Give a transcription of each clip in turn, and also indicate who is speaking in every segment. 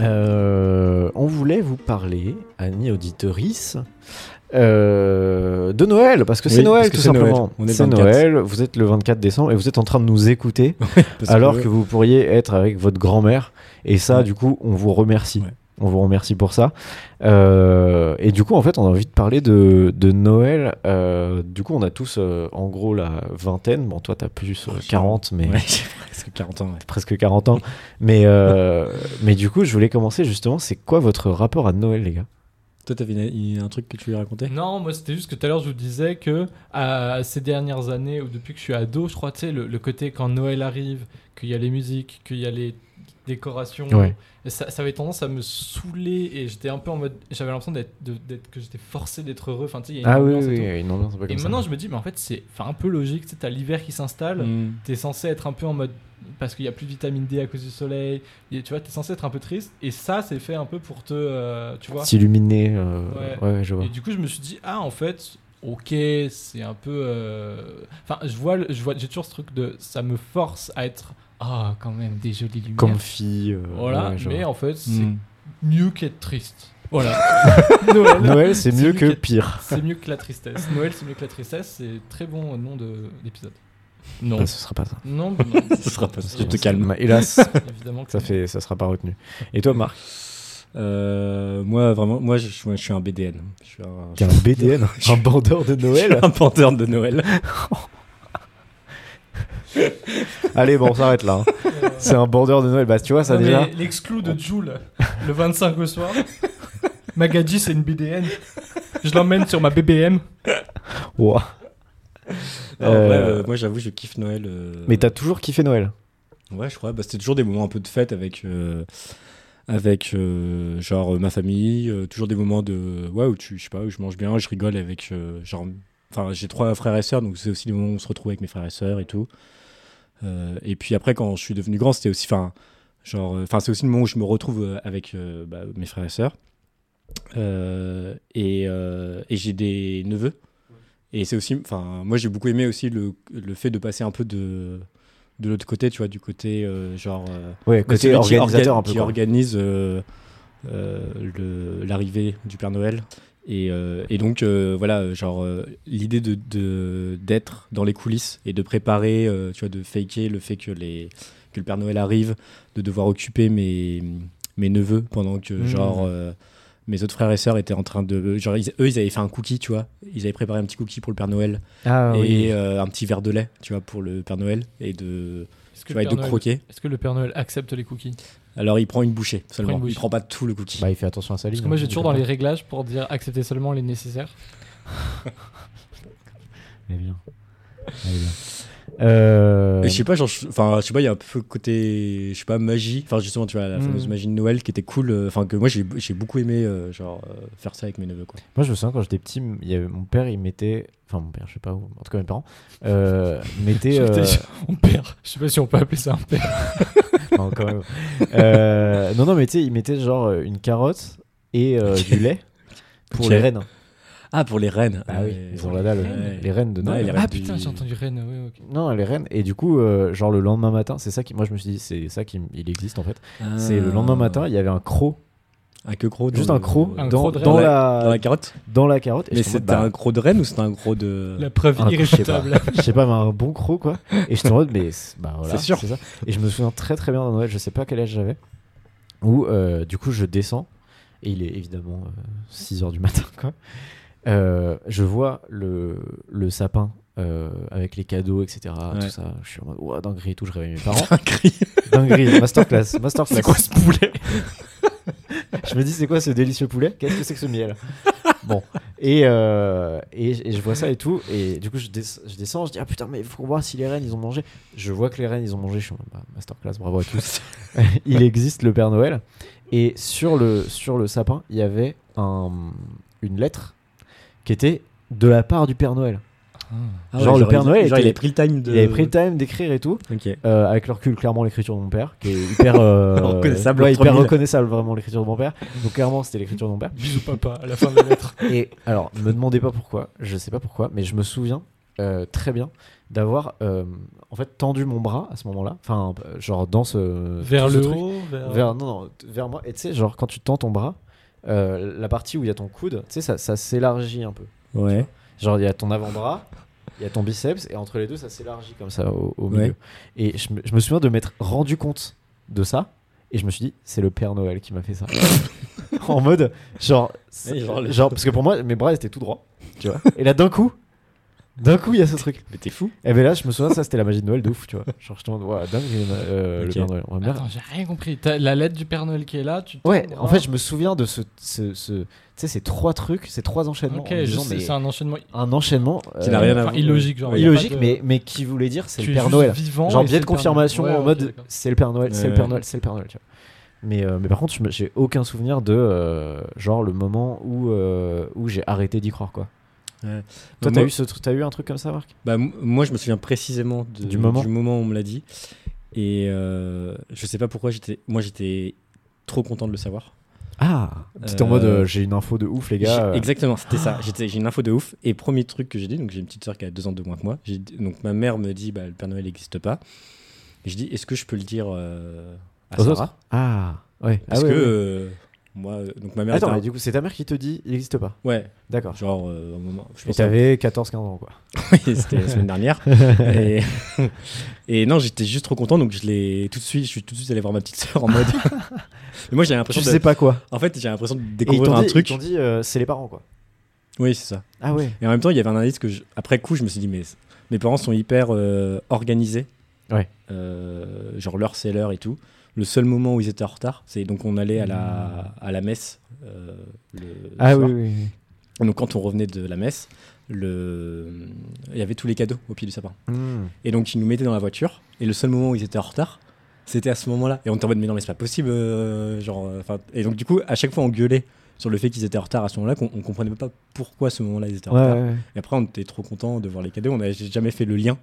Speaker 1: Euh, on voulait vous parler, amis auditeurices, euh, de Noël, parce que c'est
Speaker 2: Oui,
Speaker 1: Noël
Speaker 2: parce que
Speaker 1: tout
Speaker 2: c'est Noël.
Speaker 1: simplement.
Speaker 2: On est le
Speaker 1: C'est
Speaker 2: 24.
Speaker 1: Noël, vous êtes le 24 décembre et vous êtes en train de nous écouter
Speaker 2: Parce
Speaker 1: alors que vous pourriez être avec votre grand-mère. Et ça,
Speaker 2: Ouais.
Speaker 1: du coup, on vous remercie.
Speaker 2: Ouais.
Speaker 1: On vous remercie pour ça. Euh, et du coup, en fait, on a envie de parler de, de Noël. Euh, du coup, on a tous, euh, en gros, la vingtaine. Bon, toi, t'as plus euh, 40, mais
Speaker 2: hein. Ouais, j'ai presque 40 ans. ouais.
Speaker 1: presque 40 ans. Mais, euh, mais du coup, je voulais commencer justement, c'est quoi votre rapport à Noël, les gars
Speaker 2: Toi, t'avais une- une- un truc que tu lui racontais
Speaker 3: Non, moi c'était juste que tout à l'heure je vous disais que euh, ces dernières années, ou depuis que je suis ado, je crois, tu sais, le, le côté quand Noël arrive, qu'il y a les musiques, qu'il y a les décorations,
Speaker 1: Ouais.
Speaker 3: ça, ça avait tendance à me saouler et j'étais un peu en mode, j'avais l'impression d'être, de- d'être- que j'étais forcé d'être heureux. Enfin, tu sais, il y a une
Speaker 1: Ah oui,
Speaker 3: ambiance et
Speaker 1: oui,
Speaker 3: tout.
Speaker 1: oui, non, non, c'est pas
Speaker 3: Et
Speaker 1: comme ça.
Speaker 3: maintenant je me dis, mais en fait c'est enfin, un peu logique, tu sais, t'as l'hiver qui s'installe,
Speaker 2: Mm.
Speaker 3: t'es censé être un peu en mode parce qu'il y a plus de vitamine D à cause du soleil et tu vois t'es censé être un peu triste et ça c'est fait un peu pour te euh, tu vois
Speaker 1: S'illuminer, euh,
Speaker 3: Ouais.
Speaker 1: ouais. ouais, je vois.
Speaker 3: et du coup je me suis dit ah en fait ok c'est un peu euh, enfin je vois le- je vois j'ai toujours ce truc de ça me force à être ah quand même des jolies lumières
Speaker 1: Comfy. euh,
Speaker 3: voilà
Speaker 1: ouais, je
Speaker 3: mais
Speaker 1: vois. Hmm.
Speaker 3: en fait c'est
Speaker 2: Mm.
Speaker 3: mieux qu'être triste voilà Noël,
Speaker 1: Noël, c'est mieux que
Speaker 3: nickel.
Speaker 1: pire.
Speaker 3: c'est mieux que la tristesse Noël c'est mieux que la tristesse c'est très bon nom de l'épisode non
Speaker 1: Bah, ce sera pas ça.
Speaker 3: non, non.
Speaker 2: Ce sera pas ça.
Speaker 3: Je
Speaker 2: Tu te
Speaker 3: sais.
Speaker 2: calmes.
Speaker 1: Bah, hélas,
Speaker 3: évidemment que
Speaker 1: ça
Speaker 3: non.
Speaker 1: fait, ça sera pas retenu. Et toi, Marc
Speaker 2: Euh, moi, vraiment, moi je, je suis un BDN. Je suis un,
Speaker 1: T'es un BDN, un bandeur de
Speaker 2: je suis
Speaker 1: Noël
Speaker 2: un panthère de Noël.
Speaker 1: Allez, bon, on s'arrête là. hein. C'est un bandeur de Noël. Bah, tu vois, ça
Speaker 3: Non, mais
Speaker 1: déjà.
Speaker 3: L'exclou de Jules, le 25 au soir. Magadji, c'est une BDN. Je l'emmène sur ma BBM.
Speaker 1: Ouah.
Speaker 2: Non, en vrai,
Speaker 1: Euh,
Speaker 2: euh, moi, j'avoue, je kiffe Noël. euh,
Speaker 1: Mais t'as toujours kiffé Noël
Speaker 2: Ouais, je crois. Bah, c'était toujours des moments un peu de fête avec, euh, avec euh, genre euh, ma famille. euh, toujours des moments de ouais où tu, je sais pas, où je mange bien, je rigole avec euh, genre. Enfin, j'ai trois frères et sœurs, donc c'est aussi des moments où on se retrouve avec mes frères et sœurs et tout. Euh, et puis après, quand je suis devenu grand, c'était aussi, enfin, genre, euh, enfin, c'est aussi le moment où je me retrouve euh, avec euh, bah, mes frères et sœurs. Euh, et euh, et j'ai des neveux. Et c'est aussi, enfin, moi j'ai beaucoup aimé aussi le, le fait de passer un peu de, de l'autre côté, tu vois, du côté euh, genre. euh,
Speaker 1: Ouais,
Speaker 2: bah,
Speaker 1: côté
Speaker 2: celui qui
Speaker 1: organisateur
Speaker 2: orga-
Speaker 1: un peu.
Speaker 2: Qui
Speaker 1: quoi.
Speaker 2: organise euh, euh, le- l'arrivée du Père Noël. Et, euh, et donc, euh, voilà, genre, euh, l'idée de- de- d'être dans les coulisses et de préparer, euh, tu vois, de faker le fait que, les, que le Père Noël arrive, de devoir occuper mes, mes neveux pendant que,
Speaker 1: Mhm.
Speaker 2: genre. euh, mes autres frères et sœurs étaient en train de. Genre, ils- eux, ils avaient fait un cookie, tu vois. Ils avaient préparé un petit cookie pour le Père Noël
Speaker 1: Ah
Speaker 2: et
Speaker 1: oui.
Speaker 2: euh, un petit verre de lait, tu vois, pour le Père Noël et de,
Speaker 3: Est-ce
Speaker 2: tu
Speaker 3: que,
Speaker 2: vois, et de
Speaker 3: le Père Noël-
Speaker 2: croquer.
Speaker 3: est-ce que le Père Noël accepte les cookies
Speaker 2: Alors il prend une bouchée seulement.
Speaker 3: Prend
Speaker 2: Il,
Speaker 3: une bouchée.
Speaker 2: prend pas tout le cookie.
Speaker 1: Bah, il fait attention à sa ligne.
Speaker 3: Parce que moi, j'ai toujours dans les réglages pour dire accepter seulement les nécessaires.
Speaker 1: Eh bien. Eh bien. Euh,
Speaker 2: Et je sais pas, genre, je- enfin, je sais pas, il y a un peu le côté, je sais pas, magie. Enfin, justement, tu vois, la
Speaker 3: Hmm.
Speaker 1: Mm.
Speaker 2: fameuse magie de Noël qui était cool. euh, Enfin, que moi, j'ai j'ai beaucoup aimé, euh, genre, euh, faire ça avec mes neveux, quoi.
Speaker 1: Moi, je me souviens quand j'étais petit, il y avait- mon père, il mettait. Enfin, mon père, je sais pas où, en tout cas mes parents, euh, mettaient.
Speaker 3: Je
Speaker 1: euh,
Speaker 3: t'ai- On perd. Je sais pas si on peut appeler ça un père.
Speaker 1: non, quand même. Euh, non, non, mais tu sais, ils mettaient genre euh, une carotte et euh, du lait pour
Speaker 2: Ok.
Speaker 1: les rennes.
Speaker 2: Ah, pour les reines.
Speaker 1: Ah oui,
Speaker 2: Euh,
Speaker 1: ils ont la dalle.
Speaker 2: Ouais.
Speaker 1: Les rennes de
Speaker 2: Ouais,
Speaker 1: Noël.
Speaker 2: les
Speaker 3: Ah
Speaker 2: du-
Speaker 3: putain, j'ai entendu Rennes. ouais, ok.
Speaker 1: Non, les rennes. Et du coup, euh, genre le lendemain matin, c'est ça qui. Moi, je me suis dit, c'est ça qui. Il existe en fait.
Speaker 2: Ah.
Speaker 1: C'est le lendemain matin, il y avait un croc.
Speaker 2: Un queue croc. dans
Speaker 1: Juste
Speaker 2: le-
Speaker 1: un croc
Speaker 3: Un
Speaker 1: dans,
Speaker 3: croc de
Speaker 1: dans
Speaker 3: renne.
Speaker 2: Dans
Speaker 1: la,
Speaker 2: la carotte.
Speaker 1: dans la carotte. Et
Speaker 2: Mais
Speaker 1: j'étais en mode,
Speaker 2: c'était
Speaker 1: bah,
Speaker 2: un croc de reine ou c'était un croc de.
Speaker 3: La preuve
Speaker 1: Euh, un- je sais pas.
Speaker 3: irréfutable.
Speaker 1: Je sais pas, mais un bon croc quoi. Et j'étais en mode, mais c'est- bah voilà,
Speaker 2: C'est sûr.
Speaker 1: ça. Et je me souviens très très bien d'un Noël, je sais pas quel âge j'avais, où euh, du coup je descends, et il est évidemment 6h du matin quoi. Euh, je vois le, le sapin euh, avec les cadeaux, etc. Tout
Speaker 2: Ouais.
Speaker 1: ça, je suis en mode, ouah, dinguerie et tout, je réveille mes parents.
Speaker 2: Un cri.
Speaker 1: dinguerie, masterclass, masterclass.
Speaker 2: C'est quoi ce poulet
Speaker 1: Je me dis, c'est quoi ce délicieux poulet Qu'est-ce que c'est que ce miel Bon. Et, euh, et, et je vois ça et tout. Et du coup, je, des- je descends. Je dis, ah putain, mais il faut voir si les rennes, ils ont mangé. Je vois que les rennes, ils ont mangé. Je suis en mode, bah, masterclass, bravo à tous. il existe le Père Noël. Et sur le, sur le sapin, il y avait un, une lettre qui était de la part du Père Noël.
Speaker 2: Ah
Speaker 1: Genre, le
Speaker 2: il-
Speaker 1: Père Noël
Speaker 2: genre, il
Speaker 1: était-
Speaker 2: avait pris le time de.
Speaker 1: Il avait pris le time d'écrire et tout.
Speaker 2: Ok.
Speaker 1: Euh, avec leur cul, clairement, l'écriture de mon père, qui est hyper, euh,
Speaker 2: Reconnaissable,
Speaker 1: ouais, hyper
Speaker 2: 3000.
Speaker 1: reconnaissable, vraiment, l'écriture de mon père. Donc, clairement, c'était l'écriture de mon père.
Speaker 3: Bisous papa, à la fin de la lettre.
Speaker 1: Et alors, me demandez pas pourquoi, je sais pas pourquoi, mais je me souviens euh, très bien d'avoir euh, en fait tendu mon bras à ce moment-là, enfin euh, genre dans ce
Speaker 3: Vers
Speaker 1: tout ce
Speaker 3: le
Speaker 1: truc.
Speaker 3: haut, vers.
Speaker 1: vers non, non, t- vers moi. Et tu sais, genre quand tu tends ton bras, euh, la partie où il y a ton coude, tu sais, ça, ça s'élargit un peu.
Speaker 2: Ouais.
Speaker 1: Genre, il y a ton avant-bras, il y a ton biceps, et entre les deux, ça s'élargit comme ça au, au
Speaker 2: Ouais.
Speaker 1: milieu. Et je me, je me souviens de m'être rendu compte de ça, et je me suis dit, c'est le Père Noël qui m'a fait ça. en mode, genre, c'est-
Speaker 2: Ouais, genre
Speaker 1: genre,
Speaker 2: le-
Speaker 1: parce que pour moi, mes bras étaient tout droits, tu vois. Et là, d'un coup, d'un coup, il y a ce truc.
Speaker 2: Mais t'es fou.
Speaker 1: Et bien là, je me souviens, ça, c'était la magie de Noël de ouf, tu vois. Genre, je te demande, ouais, dingue, euh,
Speaker 2: Ok.
Speaker 1: le Père Noël. On va bien-
Speaker 3: Attends, j'ai rien compris. T'as la lettre du Père Noël qui est là, tu te
Speaker 1: Ouais,
Speaker 3: tournes,
Speaker 1: en
Speaker 3: hein.
Speaker 1: fait, je me souviens de ce, ce, ce- tu sais, ces trois trucs, ces trois enchaînements.
Speaker 3: Ok,
Speaker 1: en me
Speaker 3: je
Speaker 1: disant,
Speaker 3: sais,
Speaker 1: mais
Speaker 3: c'est un enchaînement
Speaker 1: un enchaînement. euh,
Speaker 2: Qui n'a rien à
Speaker 3: enfin,
Speaker 2: voir.
Speaker 3: illogique, genre.
Speaker 2: Ouais,
Speaker 3: y a
Speaker 1: illogique,
Speaker 3: pas de-
Speaker 1: mais, mais qui voulait dire c'est le
Speaker 3: tu es
Speaker 1: Père
Speaker 3: juste
Speaker 1: Noël.
Speaker 3: Vivant
Speaker 1: Genre
Speaker 3: et
Speaker 1: biais
Speaker 3: c'est
Speaker 1: de
Speaker 3: le Père
Speaker 1: confirmation en
Speaker 3: Noël. Ouais, ok,
Speaker 1: mode
Speaker 3: d'accord.
Speaker 1: c'est le Père Noël, c'est le
Speaker 2: Ouais.
Speaker 1: Père Noël, c'est le Père Noël. tu vois. Mais, euh, mais par contre, je me- j'ai aucun souvenir de euh, genre le moment où, euh, où j'ai arrêté d'y croire. quoi.
Speaker 2: Ouais.
Speaker 1: Toi, t'as
Speaker 2: Bah, moi-
Speaker 1: eu, ce tru- t'as eu un truc comme ça, Marc
Speaker 2: Bah, m- moi, je me souviens précisément de-
Speaker 1: Du moment.
Speaker 2: où on me l'a dit. Et euh, je sais pas pourquoi j'étais. Moi, j'étais trop content de le savoir.
Speaker 1: Ah T'étais en
Speaker 2: Euh,
Speaker 1: mode euh, j'ai une info de ouf, les gars. euh.
Speaker 2: J'ai- Exactement, c'était ça. J'étais- J'ai une info de ouf. Et premier truc que j'ai dit, donc j'ai une petite soeur qui a deux ans de moins que moi. J'ai dit- Donc ma mère me dit, bah, le Père Noël n'existe pas. Et je dis, est-ce que je peux le dire euh, à
Speaker 1: Aux
Speaker 2: Sarah
Speaker 1: autres Ah ouais.
Speaker 2: Parce
Speaker 1: ah, ouais,
Speaker 2: que
Speaker 1: ouais.
Speaker 2: euh, moi, euh, donc ma mère.
Speaker 1: Attends,
Speaker 2: était un-
Speaker 1: mais du coup, c'est ta mère qui te dit il n'existe pas.
Speaker 2: Ouais,
Speaker 1: D'accord.
Speaker 2: genre euh, au moment. Je
Speaker 1: Et
Speaker 2: pensais-
Speaker 1: t'avais 14-15 ans, quoi.
Speaker 2: Oui, c'était la semaine dernière. et, et non, j'étais juste trop content, donc je l'ai tout de suite. Je suis tout de suite allé voir ma petite sœur en mode. Mais moi, j'ai
Speaker 1: Tu
Speaker 2: l'impression. de-
Speaker 1: sais pas quoi.
Speaker 2: En fait, j'ai l'impression de
Speaker 1: Et ils
Speaker 2: découvrir
Speaker 1: t'ont
Speaker 2: un
Speaker 1: dit,
Speaker 2: truc.
Speaker 1: ils t'ont dit, euh, c'est les parents, quoi.
Speaker 2: Oui, c'est ça.
Speaker 1: Ah ouais.
Speaker 2: Et en même temps, il y avait un indice que, je- après coup, je me suis dit, mais mes parents sont hyper euh, organisés.
Speaker 1: Ouais.
Speaker 2: Euh, genre l'heure, c'est l'heure et tout. Le seul moment où ils étaient en retard, c'est donc on allait à la, à la messe. euh, le, le
Speaker 1: Ah
Speaker 2: soir.
Speaker 1: oui, oui, oui.
Speaker 2: Et Donc quand on revenait de la messe, le... il y avait tous les cadeaux au pied du sapin.
Speaker 1: Hmm.
Speaker 2: Et donc ils nous mettaient dans la voiture. Et le seul moment où ils étaient en retard, c'était à ce moment-là. Et on était en mode mais non mais c'est pas possible. euh, genre, euh, 'fin, et donc du coup à chaque fois on gueulait sur le fait qu'ils étaient en retard à ce moment-là, qu'on on comprenait même pas pourquoi à ce moment-là ils étaient en
Speaker 1: Ouais,
Speaker 2: retard.
Speaker 1: ouais, ouais.
Speaker 2: Et après on était trop content de voir les cadeaux. On n'avait jamais fait le lien.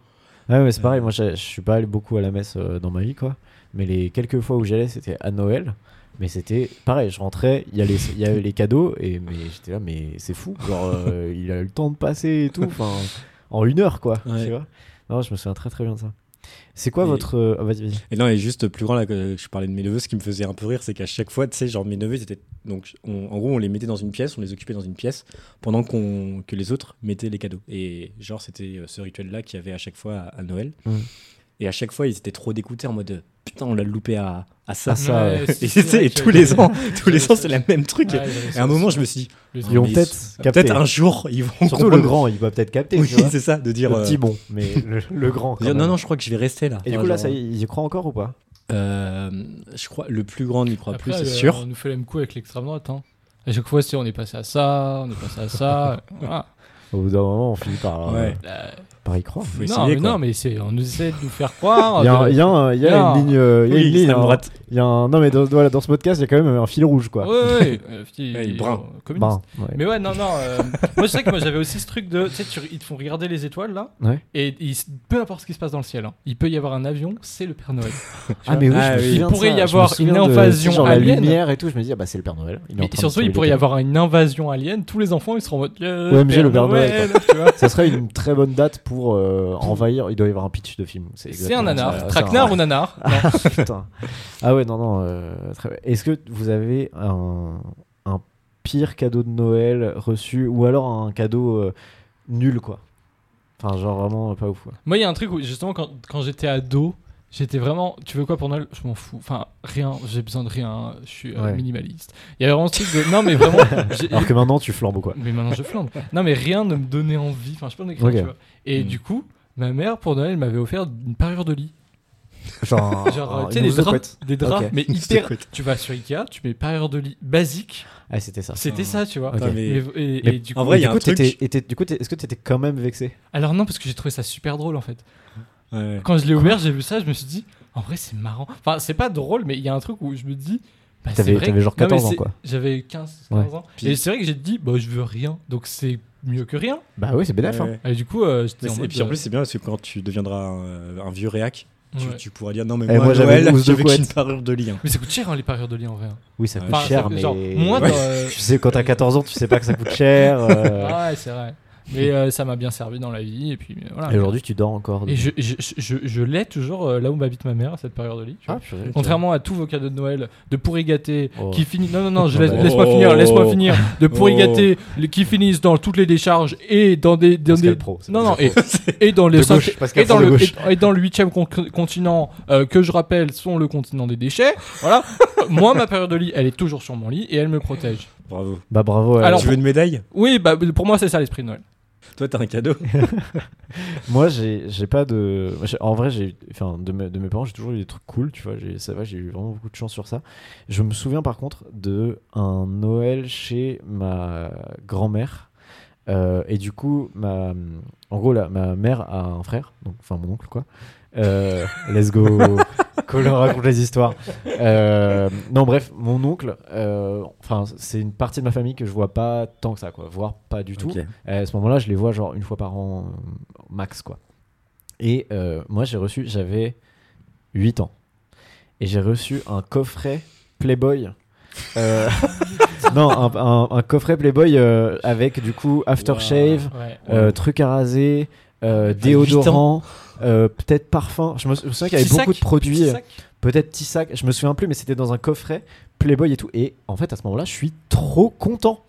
Speaker 1: Ouais, mais c'est
Speaker 2: Euh,
Speaker 1: pareil, moi j'ai- je suis pas allé beaucoup à la messe euh, dans ma vie, quoi. Mais les quelques fois où j'allais, c'était à Noël. Mais c'était pareil, je rentrais, il y, a les- il y avait les cadeaux, et mais j'étais là, mais c'est fou, genre euh, il a eu le temps de passer et tout, enfin, en une heure, quoi.
Speaker 2: Ouais.
Speaker 1: Tu vois non, je me souviens très très bien de ça. C'est quoi
Speaker 2: Et-
Speaker 1: votre. euh, ah, vas-y, vas-y.
Speaker 2: Et non et juste plus grand là que je parlais de mes neveux, ce qui me faisait un peu rire, c'est qu'à chaque fois tu sais genre mes neveux ils étaient donc on- en gros on les mettait dans une pièce, on les occupait dans une pièce pendant qu'on que les autres mettaient les cadeaux. Et genre c'était euh, ce rituel là qu'il y avait à chaque fois à, à Noël.
Speaker 1: Mhm.
Speaker 2: Et à chaque fois ils étaient trop dégoûtés en mode putain on l'a loupé à, à ça.
Speaker 1: Ah, ça,
Speaker 3: Ouais,
Speaker 1: ouais.
Speaker 2: Et,
Speaker 3: si, si,
Speaker 2: c'est-
Speaker 3: ouais,
Speaker 2: et
Speaker 3: tu
Speaker 2: tous
Speaker 3: as-
Speaker 2: les ans, tous
Speaker 3: j'avais
Speaker 2: les ans,
Speaker 3: ça
Speaker 2: c'est la même truc.
Speaker 3: Ouais,
Speaker 2: et
Speaker 3: j'avais
Speaker 2: à un
Speaker 3: ça
Speaker 2: moment,
Speaker 3: aussi.
Speaker 2: je me suis dit,
Speaker 3: Le-
Speaker 1: Ils ont
Speaker 2: mais ils
Speaker 1: peut-être capté.
Speaker 2: peut-être un jour, ils vont
Speaker 1: Surtout le
Speaker 2: comprendre.
Speaker 1: grand, il va peut-être capter.
Speaker 2: Oui,
Speaker 1: tu vois.
Speaker 2: c'est ça, de dire.
Speaker 1: le
Speaker 2: euh,
Speaker 1: petit bon, mais le, le grand. quand
Speaker 2: dire, non,
Speaker 1: même.
Speaker 2: non, Ah, je crois que je vais rester là.
Speaker 1: Et du
Speaker 2: Enfin,
Speaker 1: coup, là,
Speaker 2: genre,
Speaker 1: ça, y- il y croit encore ou pas
Speaker 2: euh, je crois, le plus grand n'y croit
Speaker 3: Après,
Speaker 2: oh, plus, c'est
Speaker 3: euh,
Speaker 2: sûr.
Speaker 3: On nous fait le même coup avec l'extrême droite. Hein. À chaque fois, si on est passé à ça, on est passé à ça. Ah,
Speaker 1: Au bout d'un moment, on finit par, euh,
Speaker 2: Ouais.
Speaker 3: là,
Speaker 1: par y croire.
Speaker 2: Faut
Speaker 3: non,
Speaker 2: essayer,
Speaker 3: mais
Speaker 2: quoi.
Speaker 3: non, mais c'est, on nous essaie de nous faire croire. Euh,
Speaker 1: Il y a, un-
Speaker 3: Oh, de-
Speaker 1: il y a un- il y a
Speaker 3: Il y a un-
Speaker 1: une ligne. euh, il y a
Speaker 2: Oui,
Speaker 1: une ligne,
Speaker 2: extrême
Speaker 1: hein.
Speaker 2: droite.
Speaker 1: Il y a un... Non, mais dans, voilà, dans ce podcast, il y a quand même un fil rouge, quoi.
Speaker 3: Ouais, ouais, euh, petit-
Speaker 2: Ouais, il est brun.
Speaker 3: euh, communiste.
Speaker 1: Ben, ouais.
Speaker 3: Mais ouais, non, non. euh, moi, je sais que moi, j'avais aussi ce truc de. Tu sais, tu- ils te font regarder les étoiles, là.
Speaker 1: Ouais.
Speaker 3: Et ils- peu importe ce qui se passe dans le ciel, hein, il peut y avoir un avion, c'est le Père Noël.
Speaker 1: Ah, mais oui, je me
Speaker 2: Ah, oui.
Speaker 1: souviens
Speaker 2: Il
Speaker 1: de
Speaker 3: pourrait
Speaker 1: ça.
Speaker 3: y
Speaker 1: Je me
Speaker 3: avoir
Speaker 1: souviens
Speaker 3: une
Speaker 1: de, tu sais,
Speaker 3: invasion
Speaker 1: genre la
Speaker 3: alien.
Speaker 1: lumière et tout. Je me dis, ah bah, c'est le Père Noël. Il est en
Speaker 3: Mais
Speaker 1: train de
Speaker 3: surtout, il
Speaker 1: sauver
Speaker 3: pourrait y
Speaker 1: les
Speaker 3: avoir une invasion alien, tous les enfants, ils seront en mode. Le
Speaker 1: OMG, le Père
Speaker 3: tu vois.
Speaker 1: cadeaux. Ça serait une très bonne date pour euh, envahir. Il doit y avoir un pitch de film.
Speaker 3: C'est un
Speaker 1: exactement ça. C'est
Speaker 3: nanar.
Speaker 1: un-
Speaker 3: Traquenard ou nanar Non.
Speaker 1: Putain. Ah ouais, non, non. euh, très bien. Est-ce que vous avez un, un pire cadeau de Noël reçu ou alors un cadeau euh, nul, quoi Enfin, genre vraiment pas ouf, quoi.
Speaker 3: Moi, il y a un truc où, justement, quand, quand j'étais ado, j'étais vraiment. Tu veux quoi pour Noël Je m'en fous. Enfin, rien, j'ai besoin de rien. Je suis euh,
Speaker 1: Ouais.
Speaker 3: minimaliste. Il y avait vraiment ce truc de. Non, mais vraiment. j'ai-
Speaker 1: Alors que maintenant, tu flambes, quoi.
Speaker 3: Mais maintenant je flambe. Non, mais rien ne me donnait envie. Enfin, je peux en écrire,
Speaker 1: Ok. Hmm.
Speaker 3: tu vois. Et
Speaker 2: Mm.
Speaker 3: du coup, ma mère, pour Noël, m'avait offert une parure de lit.
Speaker 1: Genre, un-
Speaker 3: Genre,
Speaker 1: un-
Speaker 3: tu sais,
Speaker 1: une
Speaker 3: des
Speaker 1: housse de
Speaker 3: draps.
Speaker 1: couette.
Speaker 3: Des draps,
Speaker 1: Ok.
Speaker 3: mais
Speaker 2: Une housse de
Speaker 3: hyper.
Speaker 2: couette.
Speaker 3: Tu vas sur Ikea, tu mets parure de lit basique.
Speaker 1: Ah, c'était ça.
Speaker 3: hein. C'était ça, tu vois.
Speaker 1: Ok.
Speaker 2: Putain,
Speaker 3: Et,
Speaker 2: mais-
Speaker 3: et-
Speaker 2: Mais
Speaker 3: et du coup,
Speaker 2: en vrai, il y
Speaker 1: du
Speaker 2: a un
Speaker 1: coup,
Speaker 2: truc.
Speaker 1: t'étais- et t'es- du coup, t'es- est-ce que t'étais quand même vexé
Speaker 3: alors non, parce que j'ai trouvé ça super drôle en fait.
Speaker 2: Ouais, ouais.
Speaker 3: Quand je l'ai ouvert, j'ai vu ça, je me suis dit, en vrai, c'est marrant. Enfin, c'est pas drôle, mais il y a un truc où je me dis, bah, c'est
Speaker 1: T'avais-
Speaker 3: vrai.
Speaker 1: t'avais
Speaker 3: que-
Speaker 1: genre
Speaker 3: Non, mais
Speaker 1: 14 ans,
Speaker 3: c'est-
Speaker 1: quoi.
Speaker 3: J'avais 15, 15 ans.
Speaker 2: Puis-
Speaker 3: Et c'est vrai que j'ai dit, bah, je veux rien, donc c'est mieux que rien.
Speaker 1: Bah oui, c'est bénef.
Speaker 2: Ouais, ouais.
Speaker 3: Et du coup, euh, j'étais
Speaker 2: Mais
Speaker 3: en
Speaker 2: c'est- Et
Speaker 3: mode,
Speaker 2: puis en
Speaker 3: euh,
Speaker 2: plus, c'est bien parce que quand tu deviendras un, un vieux réac, tu,
Speaker 3: ouais.
Speaker 2: tu pourras dire non, mais
Speaker 1: Eh,
Speaker 2: moi,
Speaker 1: moi, j'avais
Speaker 2: Noël,
Speaker 1: une housse de
Speaker 2: j'avais qu'une
Speaker 1: couette.
Speaker 2: parure de lien.
Speaker 3: Mais ça coûte cher hein, les parures de lit en vrai. hein.
Speaker 1: Oui, ça coûte
Speaker 3: Enfin,
Speaker 1: cher,
Speaker 3: ça-
Speaker 1: mais.
Speaker 3: genre, moins dans, euh,
Speaker 1: Tu sais, quand t'as 14 ans, tu sais pas que ça coûte cher. euh,
Speaker 3: Ah ouais, c'est vrai. Mais euh, ça m'a bien servi dans la vie. Et puis euh, voilà.
Speaker 1: Et aujourd'hui, tu dors encore.
Speaker 3: Et je, je, je, je l'ai toujours euh, là où m'habite ma mère, cette période de lit. tu vois.
Speaker 1: Ah, purée, ok.
Speaker 3: Contrairement à tous vos cadeaux de Noël, de pourri gâté,
Speaker 1: Oh.
Speaker 3: qui finit. Non, non, non, je laisse,
Speaker 2: Oh.
Speaker 3: laisse-moi finir, laisse-moi finir. De pourri
Speaker 2: Oh.
Speaker 3: gâté, le- qui finissent dans toutes les décharges et dans des. dans
Speaker 1: Pascal
Speaker 3: des-
Speaker 1: Pro, c'est
Speaker 3: non, non,
Speaker 1: Pascal
Speaker 3: et, et dans les
Speaker 1: De
Speaker 3: cinq-
Speaker 1: gauche, Pascal
Speaker 3: et dans
Speaker 1: Pro de
Speaker 3: le
Speaker 1: gauche.
Speaker 3: et, et dans le huitième con- continent euh, que je rappelle sont le continent des déchets. Voilà. Moi, ma période de lit, elle est toujours sur mon lit et elle me protège.
Speaker 2: Bravo.
Speaker 1: Bah bravo. à-
Speaker 3: Alors-
Speaker 2: tu veux une médaille
Speaker 3: Oui, bah pour moi, c'est ça l'esprit de Noël.
Speaker 2: Toi, t'as un cadeau.
Speaker 1: Moi, j'ai j'ai pas de. moi, j'ai- En vrai, j'ai. Enfin, de, mes- de mes parents, j'ai toujours eu des trucs cool, tu vois. j'ai- Ça va, j'ai eu vraiment beaucoup de chance sur ça. Je me souviens par contre de un Noël chez ma grand-mère. Euh, et du coup, ma. En gros, là, ma mère a un frère, donc, enfin mon oncle, quoi. Euh, let's go. Colin raconte les histoires. Euh, non, bref, mon oncle, euh, enfin, c'est une partie de ma famille que je vois pas tant que ça, quoi. Voire pas du tout.
Speaker 2: Ok.
Speaker 1: Euh, à ce moment-là, je les vois genre une fois par an, euh, max, quoi. Et euh, moi, j'ai reçu, j'avais 8 ans. Et j'ai reçu un coffret Playboy. Euh, non, un, un- un coffret Playboy euh, avec du coup aftershave,
Speaker 3: Ouais.
Speaker 1: euh, truc à raser, euh,
Speaker 2: Enfin,
Speaker 1: déodorant, euh, peut-être parfum. Je me sou- je me souviens qu'il y avait
Speaker 3: Petit
Speaker 1: beaucoup
Speaker 3: sac,
Speaker 1: de produits.
Speaker 3: petit
Speaker 1: euh,
Speaker 3: sac.
Speaker 1: peut-être petit sac, je me souviens plus, mais c'était dans un coffret Playboy et tout. Et en fait, à ce moment-là, je suis trop content.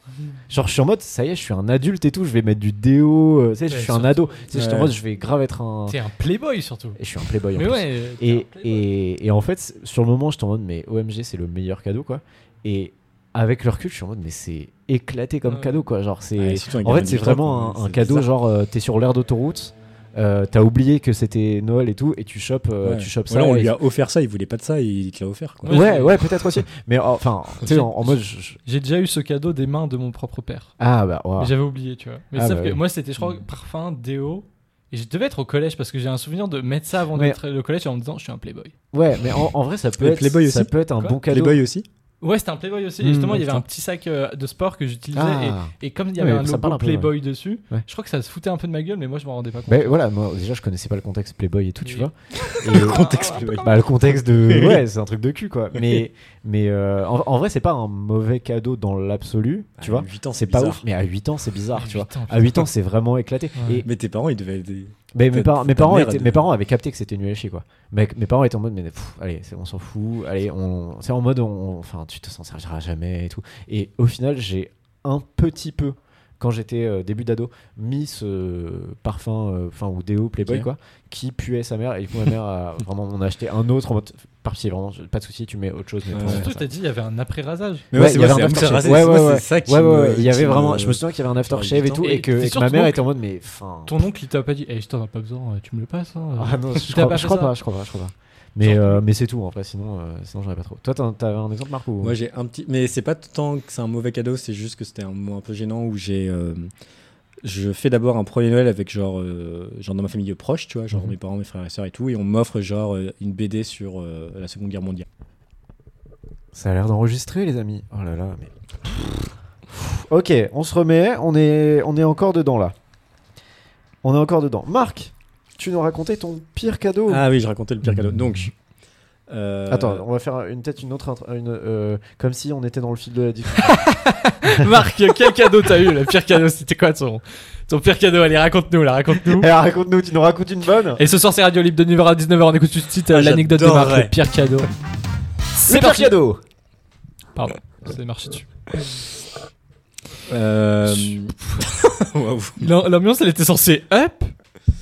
Speaker 1: Genre, je suis en mode, ça y est, je suis un adulte et tout, je vais mettre du déo, euh, tu sais, je
Speaker 3: Ouais,
Speaker 1: suis un
Speaker 3: surtout.
Speaker 1: ado. Tu sais, j'étais en
Speaker 2: Ouais.
Speaker 1: mode, je vais grave être un.
Speaker 3: T'es un playboy surtout.
Speaker 1: Et je suis un Playboy en
Speaker 3: Mais
Speaker 1: plus.
Speaker 3: ouais. t'es un
Speaker 1: Et,
Speaker 3: playboy.
Speaker 1: et, et en fait, c- sur le moment, j'étais en mode, mais OMG, c'est le meilleur cadeau, quoi. Et avec le recul, je suis en mode, mais c'est éclaté comme
Speaker 3: Ouais.
Speaker 1: cadeau, quoi. Genre, c'est.
Speaker 2: Ouais, surtout un
Speaker 1: en fait,
Speaker 2: gamin
Speaker 1: c'est
Speaker 2: de
Speaker 1: vraiment
Speaker 2: huit ans,
Speaker 1: un,
Speaker 2: quoi.
Speaker 1: un
Speaker 2: C'est
Speaker 1: cadeau,
Speaker 2: bizarre.
Speaker 1: genre, euh, t'es sur l'aire d'autoroute. euh, t'as oublié que c'était Noël et tout et tu chopes euh,
Speaker 2: Ouais.
Speaker 1: tu chopes
Speaker 2: Ou alors,
Speaker 1: ça
Speaker 2: on
Speaker 1: et-
Speaker 2: lui a offert ça, il voulait pas de ça, il te l'a offert. Quoi.
Speaker 3: Ouais,
Speaker 1: Ouais,
Speaker 3: c'est-
Speaker 1: ouais, peut-être aussi. Mais oh, enfin, tu sais, en, en mode. je- je-
Speaker 3: J'ai déjà eu ce cadeau des mains de mon propre père.
Speaker 1: Ah bah, wow.
Speaker 3: Mais J'avais oublié, tu vois. Mais
Speaker 1: Ah,
Speaker 3: sauf
Speaker 1: bah
Speaker 3: que
Speaker 1: oui.
Speaker 3: moi, c'était, je crois, parfum, déo. Et je devais être au collège parce que j'ai un souvenir de mettre ça avant
Speaker 1: Mais-
Speaker 3: d'être au collège en me disant je suis un playboy.
Speaker 1: ouais, mais en, en vrai, ça peut
Speaker 2: Et
Speaker 1: être,
Speaker 2: Playboy
Speaker 1: ça
Speaker 2: aussi.
Speaker 1: peut être un
Speaker 3: Quoi
Speaker 1: bon cadeau.
Speaker 2: Playboy aussi
Speaker 3: Ouais, c'était un playboy aussi.
Speaker 1: Hmm,
Speaker 3: et justement, il y avait
Speaker 1: putain.
Speaker 3: un petit sac euh, de sport que j'utilisais.
Speaker 1: Ah.
Speaker 3: Et, et comme il y
Speaker 1: Ouais,
Speaker 3: avait
Speaker 1: mais
Speaker 3: un
Speaker 1: ça
Speaker 3: logo
Speaker 1: parle un peu, ouais.
Speaker 3: playboy dessus,
Speaker 1: Ouais.
Speaker 3: je crois que ça se foutait un peu de ma gueule, mais moi, je m'en rendais pas compte.
Speaker 1: Ben voilà, moi déjà je connaissais pas le contexte Playboy et tout, tu
Speaker 3: Oui.
Speaker 1: vois. Et-
Speaker 2: Contexte Playboy.
Speaker 1: bah, le contexte de. Ouais, c'est un truc de cul quoi. Mais, mais euh, en, en vrai, c'est pas un mauvais cadeau dans l'absolu, tu vois.
Speaker 2: 8 ans,
Speaker 1: C'est pas ouf, mais à 8 ans, c'est bizarre,
Speaker 3: À
Speaker 1: tu vois. Ah,
Speaker 3: 8 ans,
Speaker 1: À 8 ans, c'est vraiment éclaté.
Speaker 3: Ouais.
Speaker 1: Et
Speaker 2: Mais tes parents, ils devaient être.
Speaker 1: Mais mes,
Speaker 2: Peut-être
Speaker 1: parents- mes,
Speaker 2: ta
Speaker 1: parents
Speaker 2: mère,
Speaker 1: étaient-
Speaker 2: elle
Speaker 1: mes
Speaker 2: devait-
Speaker 1: parents avaient capté que c'était nul à chier quoi. Mais mes parents étaient en mode mais pff, allez c'est- on s'en fout, allez on c'est en mode on- enfin tu te s'en serviras jamais et tout. Et au final j'ai un petit peu quand j'étais euh, début d'ado mis ce parfum euh, enfin ou déo Playboy
Speaker 2: Ok.
Speaker 1: quoi qui puait sa mère et du coup ma mère a vraiment on a acheté un autre en mode par pitié vraiment je- pas de souci tu mets autre chose. Mais
Speaker 2: Ouais.
Speaker 1: prends
Speaker 3: Surtout,
Speaker 1: ça.
Speaker 3: t'as dit, il y avait un après-rasage.
Speaker 1: Ouais, il y avait un aftershave.
Speaker 2: rasé,
Speaker 1: Ouais,
Speaker 2: c'est-
Speaker 1: ouais,
Speaker 2: moi,
Speaker 1: ouais.
Speaker 2: c'est ça qui
Speaker 1: Ouais, ouais,
Speaker 2: me-
Speaker 1: ouais, il y
Speaker 2: qui
Speaker 1: avait
Speaker 2: me-
Speaker 1: vraiment je me souviens qu'il y avait un aftershave et
Speaker 2: ans.
Speaker 1: tout
Speaker 3: Et
Speaker 1: et que,
Speaker 3: t'es
Speaker 1: et que
Speaker 3: sûr
Speaker 1: ma
Speaker 3: que
Speaker 1: mère
Speaker 3: ton
Speaker 1: était en mode mais enfin
Speaker 3: Ton oncle, il t'a pas dit, eh, je t'en ai pas besoin, tu me le passes. hein.
Speaker 1: Ah non, je
Speaker 3: T'as
Speaker 1: crois,
Speaker 3: pas
Speaker 1: je
Speaker 3: fait
Speaker 1: crois
Speaker 3: ça
Speaker 1: pas, je crois pas, je crois pas. Mais, euh, mais c'est tout, après, sinon, euh, sinon j'aurais pas trop. Toi, t'en- t'avais un exemple, Marc ou...
Speaker 2: Moi, j'ai un petit. Mais c'est pas tant que c'est un mauvais cadeau, c'est juste que c'était un moment un peu gênant où j'ai. euh, Je fais d'abord un premier Noël avec genre, euh, genre dans ma famille proche, tu vois, genre
Speaker 1: Mhm.
Speaker 2: mes parents, mes frères et sœurs et tout, et on m'offre genre euh, une BD sur euh, la Seconde Guerre mondiale.
Speaker 1: Ça a l'air d'enregistrer, les amis. Oh là là, mais. ok, on se remet, on est, on est encore dedans là. On est encore dedans. Marc, tu nous racontais ton pire cadeau.
Speaker 2: Ah oui, je racontais le pire cadeau. Donc. euh,
Speaker 1: Oh. Mhm. Attends, on va faire une peut-être une autre. intro- Une, euh, comme si on était dans le fil de la discussion.
Speaker 3: Marc, quel cadeau t'as eu Le pire cadeau, c'était quoi ton, ton pire cadeau Allez, raconte-nous, là, raconte-nous.
Speaker 1: Eh, raconte-nous, tu nous racontes une bonne.
Speaker 3: Et ce soir, c'est Radio Libre de 9h à 19h. On écoute tout de suite euh,
Speaker 2: Ah,
Speaker 3: l'anecdote de Marc,
Speaker 2: j'adorerais.
Speaker 3: le pire cadeau.
Speaker 1: Le
Speaker 3: C'est
Speaker 1: pire cadeau
Speaker 3: Pardon, c'est marché dessus.
Speaker 2: euh, waouh.
Speaker 3: L'am- L'ambiance, elle était censée up.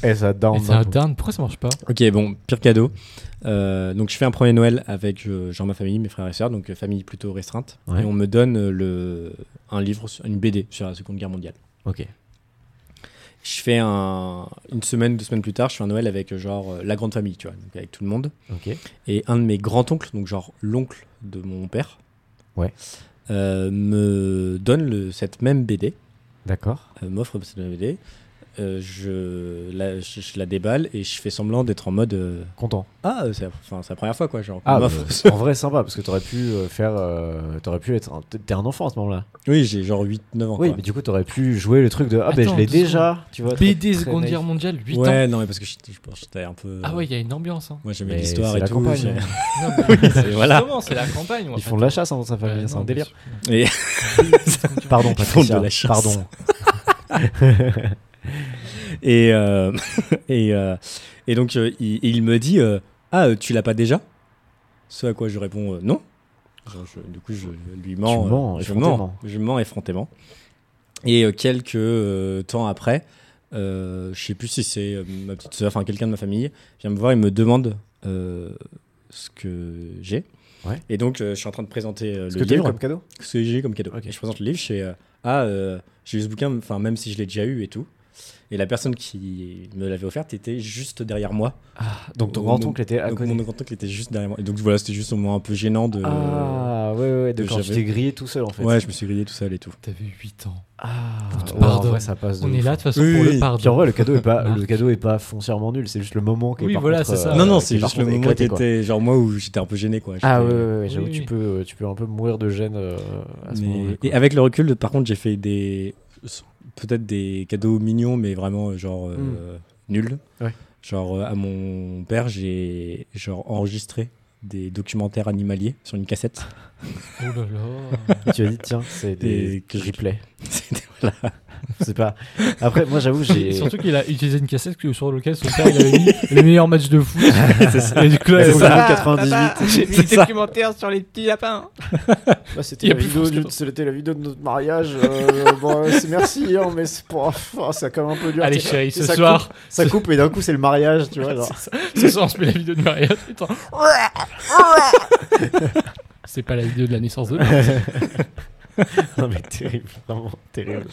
Speaker 1: Et Eh, ça down.
Speaker 3: Et ça down. Pourquoi ça marche pas
Speaker 2: Ok, bon, pire cadeau. Euh, donc, je fais un premier Noël avec euh, genre ma famille, mes frères et sœurs, donc euh, famille plutôt restreinte.
Speaker 1: Ouais.
Speaker 2: Et on me donne euh, le, un livre, sur- une BD sur la Seconde Guerre mondiale.
Speaker 1: Ok.
Speaker 2: Je fais un, une semaine, deux semaines plus tard, je fais un Noël avec euh, genre euh, la grande famille, tu vois, donc avec tout le monde.
Speaker 1: Ok.
Speaker 2: Et un de mes grands-oncles, donc genre l'oncle de mon père,
Speaker 1: Ouais.
Speaker 2: euh, me donne le, cette même BD,
Speaker 1: D'accord.
Speaker 2: euh, m'offre cette même BD. Euh, je, la, je, je la déballe et je fais semblant d'être en mode. euh,
Speaker 1: Content.
Speaker 2: ah, euh, c'est la, enfin, c'est la première fois quoi, genre.
Speaker 1: Ah,
Speaker 2: qu'on m'offre
Speaker 1: bah,
Speaker 2: ce-
Speaker 1: en vrai, sympa, parce que t'aurais pu euh, faire. euh, t'aurais pu être. un- T'es un enfant à ce moment-là.
Speaker 2: Oui, j'ai genre 8-9 ans.
Speaker 1: Oui,
Speaker 2: quoi.
Speaker 1: mais du coup, t'aurais pu jouer le truc de. Ah, ben je
Speaker 3: Attends,
Speaker 1: l'ai
Speaker 3: deux secondes.
Speaker 1: déjà. Tu vois,
Speaker 3: BD Seconde Guerre mondiale, 8 ans.
Speaker 2: ouais, non, mais parce que je, je pense que j'étais un peu. euh,
Speaker 3: Ah ouais, il y a une ambiance. Hein.
Speaker 2: Moi j'aimais
Speaker 1: Mais
Speaker 2: l'histoire
Speaker 1: c'est
Speaker 2: et
Speaker 1: la
Speaker 2: tout.
Speaker 1: campagne,
Speaker 2: j'ai-
Speaker 1: hein.
Speaker 2: c'est- voilà.
Speaker 3: Justement, c'est la campagne. moi.
Speaker 1: Ils font de la chasse hein, dans sa famille,
Speaker 3: Ouais,
Speaker 1: c'est
Speaker 3: non,
Speaker 1: un délire.
Speaker 3: bien
Speaker 2: Et-
Speaker 3: sûr. BD Seconde Guerre
Speaker 1: Pardon,
Speaker 2: font de
Speaker 1: Patricia.
Speaker 2: la chasse.
Speaker 1: Pardon.
Speaker 2: Et, euh, et, euh, et donc, euh, il, il me dit euh, Ah, euh, tu l'as pas déjà Ce à quoi je réponds euh, Non. Genre, je- du coup, je lui mens. euh,
Speaker 1: Tu mens,
Speaker 2: je
Speaker 1: effrontément.
Speaker 2: mens. Je mens effrontément. Et euh, quelques euh, temps après, euh, je sais plus si c'est euh, ma petite soeur, enfin quelqu'un de ma famille, vient me voir et me demande euh, ce que j'ai.
Speaker 1: Ouais.
Speaker 2: Et donc, euh, je suis en train de présenter euh,
Speaker 1: Ce
Speaker 2: le
Speaker 1: que t'as eu
Speaker 2: livre
Speaker 1: comme cadeau
Speaker 2: ce que j'ai eu comme cadeau.
Speaker 1: Ok.
Speaker 2: Et je présente le livre, je fais euh, Ah, euh, j'ai eu ce bouquin, enfin, même si je l'ai déjà eu et tout. Et la personne qui me l'avait offerte était juste derrière moi.
Speaker 1: Donc ton
Speaker 2: Au
Speaker 1: grand
Speaker 2: moment-
Speaker 1: oncle était à
Speaker 2: donc,
Speaker 1: côté.
Speaker 2: mon grand-oncle était juste derrière moi. Et donc, voilà, c'était juste un moment un peu gênant de.
Speaker 1: Ah ouais ouais, ouais, de
Speaker 2: que
Speaker 1: quand tu
Speaker 2: j'avais.
Speaker 1: t'es grillé tout seul en fait.
Speaker 2: ouais, je me suis grillé tout seul et tout.
Speaker 3: T'avais 8 ans.
Speaker 1: Ah
Speaker 3: te
Speaker 1: ouais, en
Speaker 3: pardonne.
Speaker 1: vrai ça passe. de
Speaker 3: On
Speaker 1: ouf.
Speaker 3: est là de toute façon
Speaker 2: Oui,
Speaker 3: pour
Speaker 2: oui.
Speaker 3: le pardon.
Speaker 1: Puis en vrai le cadeau est pas
Speaker 3: Marc.
Speaker 1: le cadeau est pas foncièrement nul, c'est juste le moment qui est
Speaker 3: Oui,
Speaker 1: par
Speaker 3: voilà,
Speaker 1: contre,
Speaker 3: c'est ça.
Speaker 1: euh,
Speaker 2: non, non,
Speaker 1: qui est
Speaker 2: c'est
Speaker 1: par
Speaker 2: juste le
Speaker 1: contre
Speaker 2: moment qui
Speaker 1: éclaté, quoi.
Speaker 2: était. Genre, moi, où j'étais un peu gêné, quoi.
Speaker 1: Ah ouais,
Speaker 2: J'étais-
Speaker 1: ouais, ouais, j'avoue,
Speaker 3: oui,
Speaker 1: tu
Speaker 3: oui.
Speaker 1: peux, euh, tu peux un peu mourir de gêne euh, à ce
Speaker 2: Mais-
Speaker 1: moment-là. quoi.
Speaker 2: Et avec le recul, par contre, j'ai fait des peut-être des cadeaux mignons, mais vraiment euh, genre euh, nuls.
Speaker 1: Hmm. Ouais.
Speaker 2: Genre euh, à mon père, j'ai genre enregistré des documentaires animaliers sur une cassette.
Speaker 3: Oh là là.
Speaker 1: Et tu as dit tiens, c'est des
Speaker 2: Et que je-
Speaker 1: replays.
Speaker 2: C'était- voilà.
Speaker 1: C'est pas. Après, moi j'avoue, j'ai.
Speaker 3: Surtout qu'il a utilisé une cassette que- sur laquelle son père il avait mis le meilleur match de foot. Et du coup, là,
Speaker 1: C'est
Speaker 3: il-
Speaker 1: ça. 98.
Speaker 4: J'ai
Speaker 2: C'est
Speaker 4: vu
Speaker 2: ça.
Speaker 4: des documentaires sur les petits lapins.
Speaker 1: Ah, c'était,
Speaker 3: Il y a
Speaker 1: la
Speaker 3: plus
Speaker 1: vidéo
Speaker 3: France
Speaker 1: de,
Speaker 3: que toi.
Speaker 1: c'était la vidéo de notre mariage. euh, bon, euh, c'est merci, hein, mais c'est, pour... ah, c'est quand même un peu dur.
Speaker 3: Allez,
Speaker 1: tu sais.
Speaker 3: chérie, ce
Speaker 1: Ça
Speaker 3: soir,
Speaker 1: Ça coupe et d'un coup c'est le mariage, tu vois. genre.
Speaker 3: ce soir, on se met la vidéo de mariage. Putain. C'est pas la vidéo de la naissance de l'enfant.
Speaker 1: non mais terrible, vraiment terrible.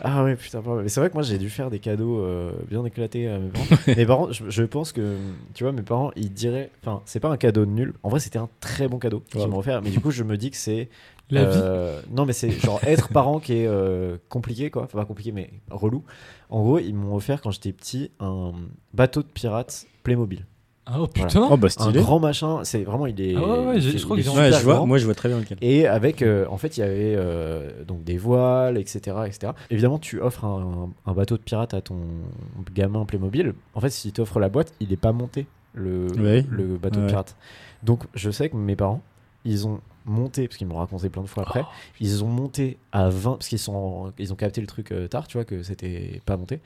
Speaker 1: Ah ouais, putain, pas mal. Mais c'est vrai que moi j'ai dû faire des cadeaux euh, bien éclatés à mes parents. mes parents, je, je pense que, tu vois, mes parents, ils diraient, enfin, c'est pas un cadeau nul. En vrai, c'était un très bon cadeau qu'ils
Speaker 2: Wow.
Speaker 1: m'ont offert. Mais du coup, je me dis que c'est
Speaker 3: La vie.
Speaker 1: Euh, Non, mais c'est genre être parent qui est euh, compliqué, quoi. Enfin, pas compliqué, mais relou. En gros, ils m'ont offert quand j'étais petit un bateau de pirates Playmobil.
Speaker 3: Ah, oh putain.
Speaker 2: Oh bah
Speaker 1: Un
Speaker 2: stylé.
Speaker 1: grand machin, c'est vraiment, il est.
Speaker 3: Ah ouais, ouais, j'ai-
Speaker 1: il-
Speaker 3: je crois
Speaker 1: il
Speaker 3: que
Speaker 1: est
Speaker 3: j'ai-
Speaker 2: Ouais,
Speaker 1: super
Speaker 2: je vois.
Speaker 1: grand.
Speaker 2: Moi, je vois très bien lequel.
Speaker 1: Et avec, euh, en fait, il y avait euh, donc des voiles, etc., etc. Évidemment, tu offres un, un bateau de pirate à ton gamin Playmobil. En fait, si tu offres la boîte, il n'est pas monté le,
Speaker 2: Ouais.
Speaker 1: le bateau de
Speaker 2: Ouais.
Speaker 1: pirate. Donc, je sais que mes parents, ils ont monté, parce qu'ils m'ont raconté plein de fois après,
Speaker 3: Oh,
Speaker 1: ils ont monté à 20, parce qu'ils sont, en- ils ont capté le truc euh, tard, tu vois, que c'était pas monté.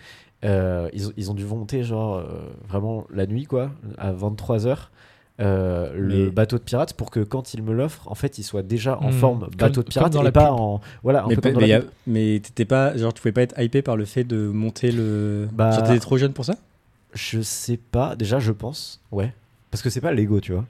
Speaker 1: Euh, ils, ont- ils ont dû monter, genre, euh, vraiment la nuit, quoi, à 23h. euh, le
Speaker 2: Mais-
Speaker 1: bateau de pirate pour que quand ils me l'offrent en fait il soit déjà en
Speaker 3: Hmm.
Speaker 1: forme
Speaker 3: Comme-
Speaker 1: bateau de
Speaker 3: comme
Speaker 1: pirate
Speaker 3: dans
Speaker 1: et
Speaker 3: la
Speaker 1: pas
Speaker 3: pub.
Speaker 1: en voilà un
Speaker 2: Mais,
Speaker 1: peu
Speaker 2: pa-
Speaker 1: comme dans
Speaker 2: mais
Speaker 1: la
Speaker 2: y a-
Speaker 1: pub.
Speaker 2: mais t'étais pas genre tu pouvais pas être hypé par le fait de monter le.
Speaker 1: Bah-
Speaker 2: Genre, t'étais trop jeune pour ça.
Speaker 1: je sais pas déjà je pense ouais parce que c'est pas Lego tu vois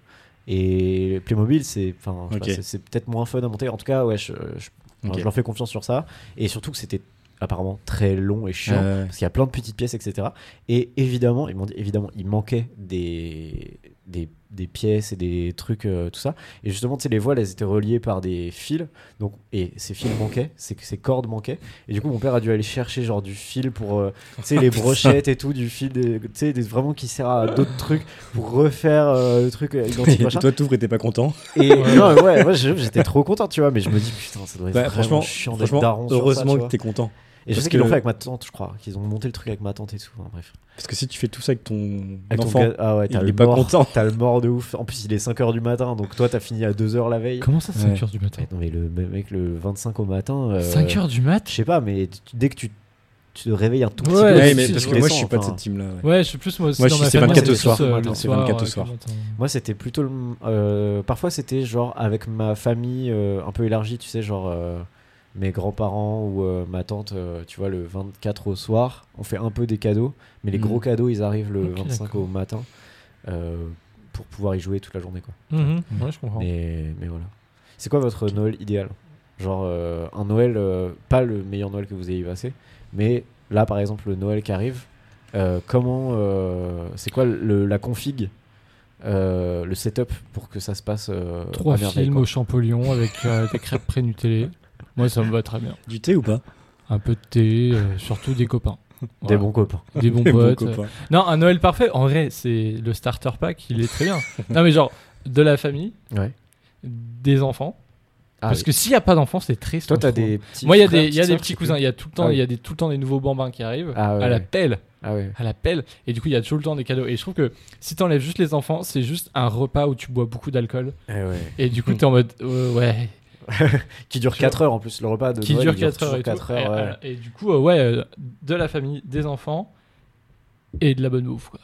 Speaker 1: et Playmobil c'est enfin je sais
Speaker 2: Ok.
Speaker 1: pas, c'est- c'est peut-être moins fun à monter en tout cas ouais je, je- enfin,
Speaker 2: Ok.
Speaker 1: je leur fais confiance sur ça et surtout que c'était apparemment très long et chiant
Speaker 2: Euh,
Speaker 1: parce qu'il y a plein de petites pièces, etc. Et évidemment, ils m'ont dit, évidemment, il manquait des, des, des pièces et des trucs, euh, tout ça. Et justement, tu sais, les voiles, elles étaient reliées par des fils. Donc, et ces fils manquaient, ces, ces cordes manquaient. Et du coup, mon père a dû aller chercher genre du fil pour, euh, tu sais,
Speaker 2: Oh,
Speaker 1: les brochettes et tout, du fil, des- tu sais, des- vraiment qui sert à d'autres trucs pour refaire euh, le truc euh, identique,
Speaker 2: et
Speaker 1: machin.
Speaker 2: toi, t'ouvres et t'es pas content.
Speaker 1: Et non, mais ouais, moi, je- j'étais trop content, tu vois. Mais je me dis, putain, ça doit être
Speaker 2: Bah,
Speaker 1: vraiment
Speaker 2: franchement,
Speaker 1: chiant d'être
Speaker 2: franchement,
Speaker 1: daron sur ça,
Speaker 2: heureusement
Speaker 1: tu
Speaker 2: que
Speaker 1: vois.
Speaker 2: t'es content.
Speaker 1: Et je
Speaker 2: parce
Speaker 1: sais qu'ils l'ont
Speaker 2: que-
Speaker 1: fait avec ma tante, je crois, qu'ils ont monté le truc avec ma tante et tout. Enfin, bref.
Speaker 2: Parce que si tu fais tout ça avec ton
Speaker 1: Avec ton
Speaker 2: enfant,
Speaker 1: gars- ah ouais, t'as
Speaker 2: il
Speaker 1: le
Speaker 2: est pas
Speaker 1: mort,
Speaker 2: content.
Speaker 1: T'as le mort de ouf. En plus, il est 5h du matin, donc toi, t'as fini à 2h la veille.
Speaker 3: Comment ça, 5
Speaker 2: Ouais.
Speaker 3: heures du matin
Speaker 1: Ouais, non, mais le me- mec, le 25 au matin. euh,
Speaker 3: 5 heures du mat
Speaker 1: Je sais pas, mais tu- dès que tu, tu te réveilles un tout petit
Speaker 3: Ouais,
Speaker 1: peu.
Speaker 2: Ouais,
Speaker 1: tu
Speaker 2: mais
Speaker 1: te
Speaker 2: parce que
Speaker 1: descends,
Speaker 2: moi, je suis pas de
Speaker 1: enfin.
Speaker 2: cette team-là. ouais.
Speaker 3: Ouais, je suis plus moi aussi.
Speaker 2: Moi,
Speaker 3: dans
Speaker 2: je
Speaker 3: ma
Speaker 2: suis- c'est
Speaker 3: famille,
Speaker 2: 24 au
Speaker 3: plus,
Speaker 2: soir,
Speaker 3: euh,
Speaker 2: maintenant,
Speaker 3: le
Speaker 2: c'est 24 au
Speaker 3: ouais,
Speaker 2: soir.
Speaker 3: comme attends.
Speaker 1: Moi, c'était plutôt. le- euh, parfois, c'était genre avec ma famille euh, un peu élargie, tu sais, genre euh, mes grands-parents ou euh, ma tante, euh, tu vois, le 24 au soir. On fait un peu des cadeaux, mais les
Speaker 2: Mhm.
Speaker 1: gros cadeaux, ils arrivent le
Speaker 3: Ok,
Speaker 1: 25 au matin euh, pour pouvoir y jouer toute la journée, quoi.
Speaker 3: Mhm, Ouais, je comprends.
Speaker 1: Mais, mais voilà. C'est quoi votre Noël idéal Genre euh, un Noël, euh, pas le meilleur Noël que vous ayez passé, mais là par exemple le Noël qui arrive, euh, comment, euh, c'est quoi le- la config, euh, le setup pour que ça se passe euh,
Speaker 3: Trois
Speaker 1: à merveille,
Speaker 3: films
Speaker 1: quoi.
Speaker 3: au Champollion avec euh, des crêpes pré-Nutellé. Moi, ça me va très bien.
Speaker 2: Du thé ou pas
Speaker 3: Un peu de thé, euh, surtout des copains.
Speaker 1: Des
Speaker 3: Voilà.
Speaker 1: bons copains.
Speaker 3: Des bons
Speaker 2: Mon
Speaker 3: potes.
Speaker 2: copain.
Speaker 3: Non, un Noël parfait, en vrai, c'est le starter pack, il est très bien. non, mais genre, de la famille,
Speaker 1: Ouais.
Speaker 3: des enfants.
Speaker 1: Ah,
Speaker 3: parce
Speaker 1: oui.
Speaker 3: que s'il n'y a pas d'enfants, c'est triste.
Speaker 1: toi
Speaker 3: je
Speaker 1: t'as
Speaker 3: trouve.
Speaker 1: des petits.
Speaker 3: Moi, il y a
Speaker 1: frères,
Speaker 3: des, il y a
Speaker 1: petites
Speaker 3: des
Speaker 1: sœurs,
Speaker 3: petits
Speaker 1: je sais
Speaker 3: cousins, il y a tout le temps,
Speaker 1: Ah oui.
Speaker 3: il y a des, tout le temps des nouveaux bambins qui arrivent.
Speaker 1: Ah ouais,
Speaker 3: à la
Speaker 1: ouais.
Speaker 3: pelle,
Speaker 1: plus. Ah ouais.
Speaker 3: à la pelle. Et du coup, il y a toujours le temps des cadeaux. Et je trouve que si t'enlèves juste les enfants, c'est juste un repas où tu bois beaucoup d'alcool.
Speaker 1: Eh ouais.
Speaker 3: Et du coup, t'es en mode, euh, ouais,
Speaker 1: Qui dure
Speaker 3: Tu
Speaker 1: 4 heures en plus, le repas de
Speaker 3: qui
Speaker 1: Noël,
Speaker 3: dure
Speaker 1: il dure
Speaker 3: 4 heures
Speaker 1: toujours
Speaker 3: et tout.
Speaker 1: quatre
Speaker 3: Et,
Speaker 1: heures, ouais.
Speaker 3: euh, et du coup, euh, ouais, euh, de la famille, des enfants, et de la bonne bouffe. quoi.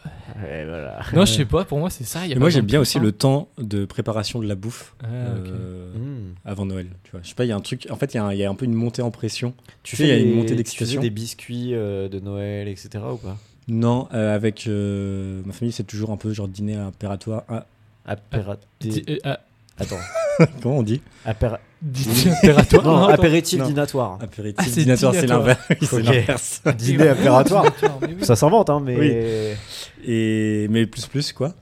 Speaker 1: Et voilà.
Speaker 3: Non, je sais pas, pour moi c'est ça. il y a
Speaker 2: Et
Speaker 3: pas
Speaker 2: moi,
Speaker 3: besoin
Speaker 2: j'aime
Speaker 3: de
Speaker 2: bien
Speaker 3: tout
Speaker 2: aussi
Speaker 3: ça.
Speaker 2: le temps de préparation de la bouffe
Speaker 3: Ah, ok.
Speaker 2: euh,
Speaker 1: Mm.
Speaker 2: avant Noël. Tu vois, je sais pas, il y a un truc. En fait, il y, a un- il y a un peu une montée en pression.
Speaker 1: Tu
Speaker 2: sais, il y a une
Speaker 1: des-
Speaker 2: montée
Speaker 1: tu
Speaker 2: d'excitation.
Speaker 1: fais des biscuits euh, de Noël, etc. ou pas
Speaker 2: Non, euh, avec euh, ma famille, c'est toujours un peu genre dîner impératoire. Ah,
Speaker 1: Apéra-
Speaker 3: Di-
Speaker 1: des-
Speaker 3: euh, ah,
Speaker 1: Attends.
Speaker 2: comment on dit
Speaker 1: Apéra-
Speaker 3: di- impératoire.
Speaker 1: Non,
Speaker 3: Non, attends.
Speaker 1: apéritif
Speaker 2: Non.
Speaker 1: dînatoire.
Speaker 2: Apéritif,
Speaker 3: Ah, c'est
Speaker 2: dînatoire, c'est
Speaker 3: dînatoire.
Speaker 2: l'inverse. Oui, c'est
Speaker 1: Ok.
Speaker 2: l'inverse.
Speaker 1: Dîner apératoire.
Speaker 3: mais oui.
Speaker 1: Ça s'invente, hein, mais.
Speaker 2: Et mais plus plus quoi.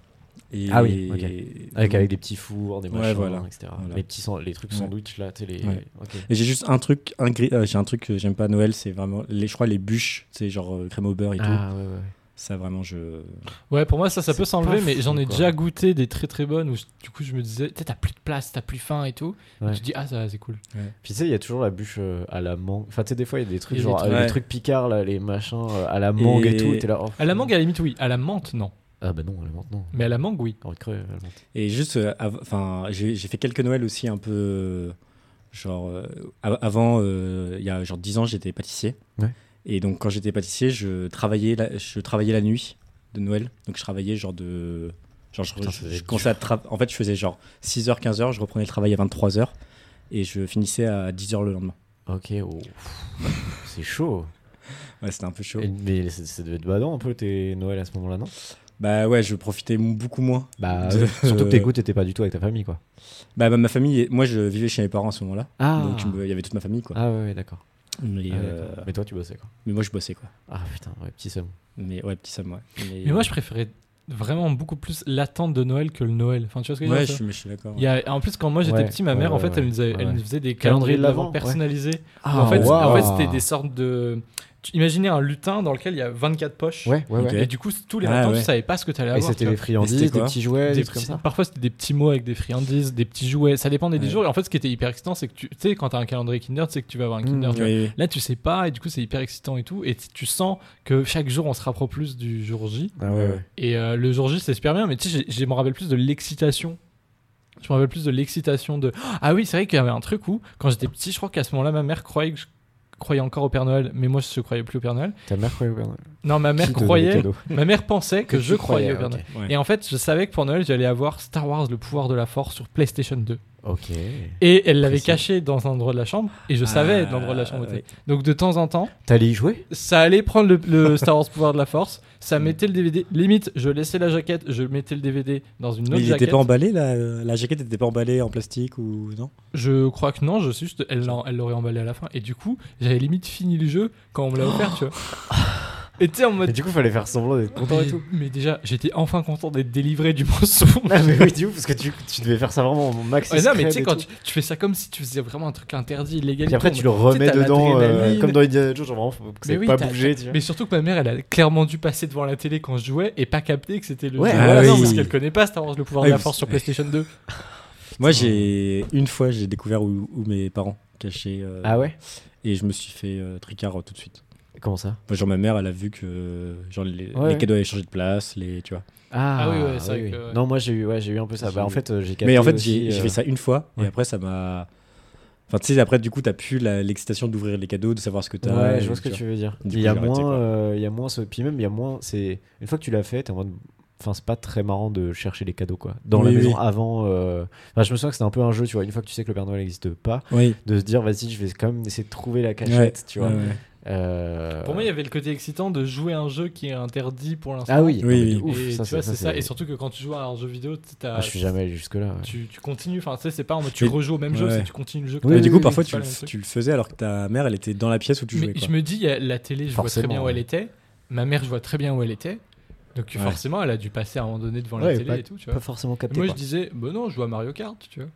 Speaker 2: Et-
Speaker 1: Ah oui, ok.
Speaker 2: et-
Speaker 1: Avec, avec des petits fours, des
Speaker 2: Ouais,
Speaker 1: machins,
Speaker 2: voilà.
Speaker 1: etc.
Speaker 2: Voilà.
Speaker 1: Les, petits san- les trucs
Speaker 2: Ouais.
Speaker 1: sandwich, là, tu sais, les...
Speaker 2: Ouais.
Speaker 1: ok.
Speaker 2: Et j'ai juste un truc, un gri- euh, j'ai un truc que j'aime pas à Noël, c'est vraiment les, je crois les bûches, c'est genre euh, crème au beurre et tout.
Speaker 1: Ah, ouais, ouais.
Speaker 2: Ça vraiment je.
Speaker 3: Ouais, pour moi ça, ça peut
Speaker 1: C'est
Speaker 3: s'enlever,
Speaker 1: pas
Speaker 3: mais
Speaker 1: fou,
Speaker 3: j'en ai
Speaker 1: quoi.
Speaker 3: déjà goûté des très très bonnes où je- du coup je me disais, tu sais, t'as plus de place, t'as plus faim et tout.
Speaker 1: Ouais.
Speaker 3: Et tu dis, ah, ça c'est cool.
Speaker 1: Puis tu sais, il y a toujours la bûche euh, à la mangue. Enfin, tu sais, des fois, il y a des trucs
Speaker 3: Il y a des
Speaker 1: genre
Speaker 3: trucs-
Speaker 1: euh, les
Speaker 2: Ouais.
Speaker 1: trucs picards, là, les machins euh, à la mangue et,
Speaker 2: Et-
Speaker 1: tout. Et t'es là, oh,
Speaker 3: À la mangue, à la limite, oui. À la menthe, non.
Speaker 1: Ah, bah non, à la menthe, non.
Speaker 3: Mais à la mangue, oui.
Speaker 1: Encore creux, à la menthe.
Speaker 2: Et juste, euh, av- enfin, j'ai j'ai fait quelques Noëls aussi un peu euh, genre euh, av- avant, euh, il y a genre 10 ans, j'étais pâtissier.
Speaker 1: Ouais.
Speaker 2: Et donc quand j'étais pâtissier, je travaillais, la, je travaillais la nuit de Noël. Donc je travaillais genre de genre je,
Speaker 1: Putain,
Speaker 2: je-
Speaker 1: ça devait
Speaker 2: je
Speaker 1: être
Speaker 2: commençais à tra- en fait je faisais genre 6h 15h, je reprenais le travail à 23h et je finissais à 10h le lendemain.
Speaker 1: Ok, oh, pff, c'est chaud.
Speaker 2: Ouais, c'était un peu chaud.
Speaker 1: Et- mais c'est- ça devait être badant un peu tes Noël à ce moment-là, non
Speaker 2: Bah ouais, je profitais m- beaucoup moins.
Speaker 1: Bah,
Speaker 2: De-
Speaker 1: surtout que tes goûts, t'étais pas du tout avec ta famille, quoi.
Speaker 2: Bah, bah, ma famille, moi je vivais chez mes parents à ce moment-là.
Speaker 1: Ah,
Speaker 2: Donc il me- il y avait toute ma famille quoi.
Speaker 1: ah ouais, ouais, d'accord.
Speaker 2: Mais,
Speaker 1: Ah,
Speaker 2: euh,
Speaker 1: d'accord. Mais toi, tu bossais, quoi.
Speaker 2: mais moi je bossais quoi.
Speaker 1: Ah putain, ouais, petit seum.
Speaker 2: Mais ouais, petit Sam, ouais. euh,
Speaker 3: Mais moi je préférais vraiment beaucoup plus l'attente de Noël que le Noël. Enfin, tu vois ce que je veux
Speaker 2: Ouais,
Speaker 3: dire
Speaker 2: je
Speaker 3: ça
Speaker 2: suis, mais je suis d'accord.
Speaker 3: Il y a- en plus, quand moi j'étais
Speaker 1: Ouais,
Speaker 3: petit, ma
Speaker 1: ouais,
Speaker 3: mère, en
Speaker 1: ouais,
Speaker 3: fait, elle,
Speaker 1: ouais,
Speaker 3: nous avait-
Speaker 1: ouais,
Speaker 3: elle
Speaker 1: ouais.
Speaker 3: nous faisait des
Speaker 1: Calendrier
Speaker 3: calendriers
Speaker 1: de
Speaker 3: de l'avant
Speaker 1: l'Avent,
Speaker 3: personnalisés.
Speaker 1: Ah,
Speaker 3: en fait,
Speaker 1: waouh.
Speaker 3: en fait, c'était des sortes de. tu- Imaginez un lutin dans lequel il y a 24 poches.
Speaker 1: Ouais, ouais, ouais.
Speaker 2: Ok.
Speaker 3: Et du coup, tous les
Speaker 2: Ah,
Speaker 3: matins,
Speaker 2: ouais.
Speaker 3: tu savais pas ce que t'allais
Speaker 1: Et
Speaker 3: avoir.
Speaker 1: c'était
Speaker 3: tu
Speaker 1: des
Speaker 3: vois.
Speaker 2: Et
Speaker 1: friandises,
Speaker 2: c'était
Speaker 1: des
Speaker 2: quoi
Speaker 1: petits jouets, des,
Speaker 3: Des
Speaker 1: trucs
Speaker 3: petits-
Speaker 1: comme ça.
Speaker 3: Parfois, c'était des petits mots avec des friandises, des petits jouets. Ça dépendait des
Speaker 2: Ouais.
Speaker 3: jours. Et en fait, ce qui était hyper excitant, c'est que tu tu sais, quand t'as un calendrier Kinder, tu sais que tu vas avoir un
Speaker 1: Mmh,
Speaker 3: Kinder. tu vois.
Speaker 2: Oui, oui.
Speaker 3: Là, tu sais pas, et du coup, c'est hyper excitant et tout. Et t- tu sens que chaque jour, on se rapproche plus du jour J.
Speaker 1: Ah
Speaker 2: ouais, ouais.
Speaker 3: Et euh, le jour J, c'est super bien, mais tu sais, j'ai- je me rappelle plus de l'excitation. Je me rappelle plus de l'excitation de. Ah oui, c'est vrai qu'il y avait un truc où, quand j'étais petit, je crois qu'à ce moment-là, ma mère croyait que je croyais encore au Père Noël, mais moi, je ne croyais plus au Père Noël.
Speaker 1: Ta mère croyait au Père Noël
Speaker 3: Non, ma mère croyait. Ma mère pensait que,
Speaker 1: tu
Speaker 3: je croyais au Père
Speaker 1: ok.
Speaker 3: Noël. Et en fait, je savais que pour Noël, j'allais avoir Star Wars, le pouvoir de la force sur PlayStation 2.
Speaker 1: Ok.
Speaker 3: Et elle l'avait
Speaker 1: Précis.
Speaker 3: caché dans un endroit de la chambre, et je savais
Speaker 2: Ah,
Speaker 3: l'endroit de la chambre était.
Speaker 2: ouais.
Speaker 3: Donc de temps en temps,
Speaker 1: T'allais y jouer
Speaker 3: ça allait prendre le, le Star Wars Pouvoir de la
Speaker 1: Mm.
Speaker 3: Force, ça mettait le DVD. Limite, je laissais la jaquette, je mettais le DVD dans une
Speaker 2: Mais
Speaker 3: autre
Speaker 2: il était
Speaker 3: jaquette.
Speaker 2: pas emballé, la, la jaquette était pas emballée en plastique ou non
Speaker 3: Je crois que non, je suis juste, elle l'en- elle l'aurait emballé à la fin. Et du coup, j'avais limite fini le jeu quand on me
Speaker 1: Oh.
Speaker 3: l'a offert, tu vois. Et tu sais, en
Speaker 1: Et
Speaker 3: mode.
Speaker 1: du coup, fallait faire semblant d'être content et
Speaker 3: mais-
Speaker 1: tout.
Speaker 3: Mais déjà, j'étais enfin content d'être délivré du mensonge.
Speaker 1: Ah, mais oui, du coup, parce que tu, tu devais faire ça vraiment au max.
Speaker 3: Ouais, non, mais tu sais,
Speaker 1: et
Speaker 3: quand
Speaker 1: tout.
Speaker 3: tu, tu fais ça comme si tu faisais vraiment un truc interdit, illégal.
Speaker 1: Puis
Speaker 3: et
Speaker 1: après,
Speaker 3: tout,
Speaker 1: tu
Speaker 3: en
Speaker 1: le
Speaker 3: mode, sais,
Speaker 1: remets
Speaker 3: t'as
Speaker 1: dedans, euh,
Speaker 3: l'adrénaline.
Speaker 1: comme dans Indiana Jones, genre vraiment, faut que
Speaker 3: Mais
Speaker 1: ça
Speaker 3: oui,
Speaker 1: pas
Speaker 3: t'as-
Speaker 1: bougé,
Speaker 3: t'as-
Speaker 1: tu vois.
Speaker 3: Mais surtout que ma mère, elle a clairement dû passer devant la télé quand je jouais et pas capter que c'était le
Speaker 1: Ouais,
Speaker 3: jeu.
Speaker 2: ah
Speaker 3: Voilà,
Speaker 2: oui.
Speaker 3: non, parce qu'elle connaît pas Star Wars, le pouvoir
Speaker 2: Ah oui,
Speaker 3: de la
Speaker 2: vous-
Speaker 3: force sur PlayStation 2.
Speaker 2: Moi, j'ai une fois, j'ai découvert où, où mes parents cachaient. euh,
Speaker 1: Ah ouais
Speaker 2: Et je me suis fait euh, tricard euh, tout de suite.
Speaker 1: Comment ça
Speaker 2: Enfin, genre, ma mère, elle a vu que euh, genre, les,
Speaker 1: Ouais.
Speaker 2: les cadeaux avaient changé de place, les, tu vois.
Speaker 1: Ah,
Speaker 3: Ah oui, ouais, c'est vrai que-
Speaker 1: Non, moi, j'ai eu, ouais, j'ai eu un peu ça.
Speaker 2: J'ai
Speaker 1: Bah, en
Speaker 2: eu-
Speaker 1: fait, euh, j'ai
Speaker 2: Mais en fait,
Speaker 1: capté
Speaker 2: j'ai
Speaker 1: aussi,
Speaker 2: j'ai
Speaker 1: euh,
Speaker 2: fait ça une fois, et
Speaker 1: ouais.
Speaker 2: après, ça m'a. Enfin, tu sais, après, du coup, t'as plus la- l'excitation d'ouvrir les cadeaux, de savoir ce que t'as.
Speaker 1: Ouais,
Speaker 2: et
Speaker 1: je vois ce que tu veux dire.
Speaker 2: Du
Speaker 1: Il
Speaker 2: coup,
Speaker 1: y a
Speaker 2: j'ai arrêté,
Speaker 1: moins,
Speaker 2: quoi.
Speaker 1: euh, il y a moins ce. Puis même, il y a moins. C'est une fois que tu l'as fait, t'es en mode. Enfin, c'est pas très marrant de chercher les cadeaux quoi. Dans la
Speaker 2: Oui,
Speaker 1: maison
Speaker 2: oui.
Speaker 1: avant. euh, Enfin, je me souviens que c'était un peu un jeu, tu vois. Une fois que tu sais que le Père Noël n'existe pas,
Speaker 2: Oui.
Speaker 1: de se dire vas-y, je vais quand même essayer de trouver la cachette, tu vois.
Speaker 2: Ouais, ouais.
Speaker 1: Euh,
Speaker 3: Pour moi, il y avait le côté excitant de jouer à un jeu qui est interdit pour l'instant.
Speaker 1: Ah oui.
Speaker 2: Oui,
Speaker 1: non, mais
Speaker 2: oui.
Speaker 1: de ouf,
Speaker 3: et
Speaker 1: ça,
Speaker 3: tu vois, c'est ça.
Speaker 1: c'est-
Speaker 3: Et surtout que quand tu joues à un jeu vidéo, tu sais, t'as-
Speaker 1: Ah, je suis jamais allé jusque là.
Speaker 3: tu, tu continues. Enfin, tu sais, c'est pas en mode tu
Speaker 2: Et-
Speaker 3: rejoues au même jeu,
Speaker 2: ouais.
Speaker 3: c'est tu continues le jeu. que
Speaker 1: Oui,
Speaker 2: Mais
Speaker 3: t'as
Speaker 2: du
Speaker 1: oui,
Speaker 2: coup,
Speaker 1: oui,
Speaker 2: parfois,
Speaker 3: c'est
Speaker 2: tu,
Speaker 3: pas
Speaker 2: le,
Speaker 3: le même truc.
Speaker 2: tu le faisais alors que ta mère, elle était dans la pièce où tu
Speaker 3: Mais
Speaker 2: jouais. quoi.
Speaker 3: je me dis, il y a la télé, je vois
Speaker 1: Forcément,
Speaker 3: très bien où elle
Speaker 1: ouais.
Speaker 3: était. Ma mère, je vois très bien où elle était. Donc
Speaker 2: Ouais.
Speaker 3: forcément, elle a dû passer à un moment donné devant
Speaker 1: Ouais,
Speaker 3: la télé
Speaker 1: pas-
Speaker 3: et tout. Tu
Speaker 1: Pas
Speaker 3: vois.
Speaker 1: forcément capté.
Speaker 3: Moi, je
Speaker 1: quoi.
Speaker 3: disais, bah non, je joue à Mario Kart, tu vois.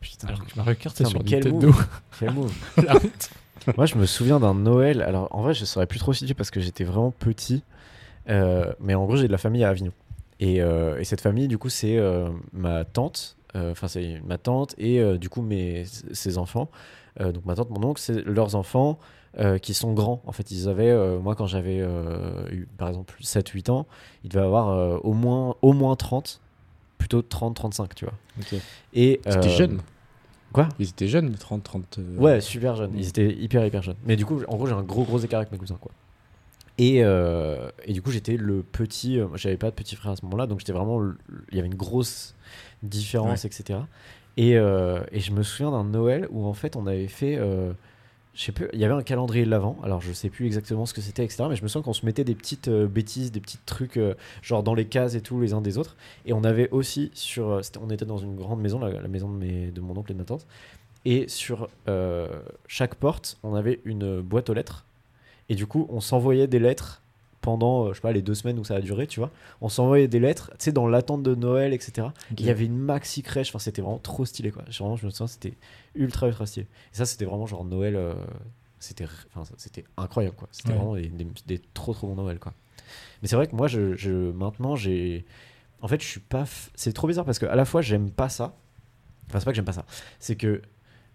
Speaker 1: Putain,
Speaker 3: Alors que Mario Kart, c'est
Speaker 1: Putain,
Speaker 3: sur
Speaker 1: mais quel
Speaker 3: Nintendo.
Speaker 1: quel move.
Speaker 3: La honte.
Speaker 1: Moi, je me souviens d'un Noël. Alors, en vrai, je saurais plus trop situer parce que j'étais vraiment petit. Euh, mais en gros, j'ai de la famille à Avignon. Et, euh, et cette famille, du coup, c'est euh, ma tante. euh, Enfin, c'est ma tante et euh, du coup, mes, ses enfants. Euh, donc, ma tante, mon oncle, c'est leurs enfants euh, qui sont grands. En fait, ils avaient, euh, moi, quand j'avais euh, eu, par exemple, 7-8 ans, ils devaient avoir euh, au, moins, au moins 30, plutôt 30-35, tu vois.
Speaker 2: Ok.
Speaker 1: Et,
Speaker 2: C'était
Speaker 1: euh,
Speaker 2: jeune.
Speaker 1: quoi
Speaker 2: Ils étaient jeunes, 30, 30. euh,
Speaker 1: Ouais, super jeunes.
Speaker 2: Mm.
Speaker 1: Ils étaient hyper, hyper jeunes. Mais du coup, en gros, j'ai un gros, gros écart avec mes cousins, quoi. Et, euh, et du coup, j'étais le petit. euh, moi, J'avais pas de petit frère à ce moment-là, donc j'étais vraiment. le- Il y avait une grosse différence, etc. Et, euh, et je me souviens d'un Noël où en fait, on avait fait. euh, je sais plus, il y avait un calendrier de l'avant, alors je sais plus exactement ce que c'était, etc. Mais je me souviens qu'on se mettait des petites euh, bêtises, des petits trucs, euh, genre dans les cases et tout, les uns des autres. Et on avait aussi sur. euh, c'était- on était dans une grande maison, la, la maison de, mes- de mon oncle et de ma tante. Et sur euh, chaque porte, on avait une boîte aux lettres. Et du coup, on s'envoyait des lettres pendant, euh, je sais pas, les deux semaines où ça a duré, tu vois. On s'envoyait des lettres, tu sais, dans l'attente de Noël, etc.
Speaker 2: Ok.
Speaker 1: Il y avait une maxi crèche, enfin, c'était vraiment trop stylé, quoi. Genre, Vraiment, je me souviens, c'était ultra, ultra stylé. Et ça, c'était vraiment genre Noël, euh, c'était enfin, c'était incroyable, quoi. C'était
Speaker 2: Ouais.
Speaker 1: vraiment des, des- des trop, trop bons Noël, quoi. Mais c'est vrai que moi, je, je- maintenant, j'ai. En fait, je suis pas. f- C'est trop bizarre parce que à la fois, j'aime pas ça. Enfin, c'est pas que j'aime pas ça. C'est que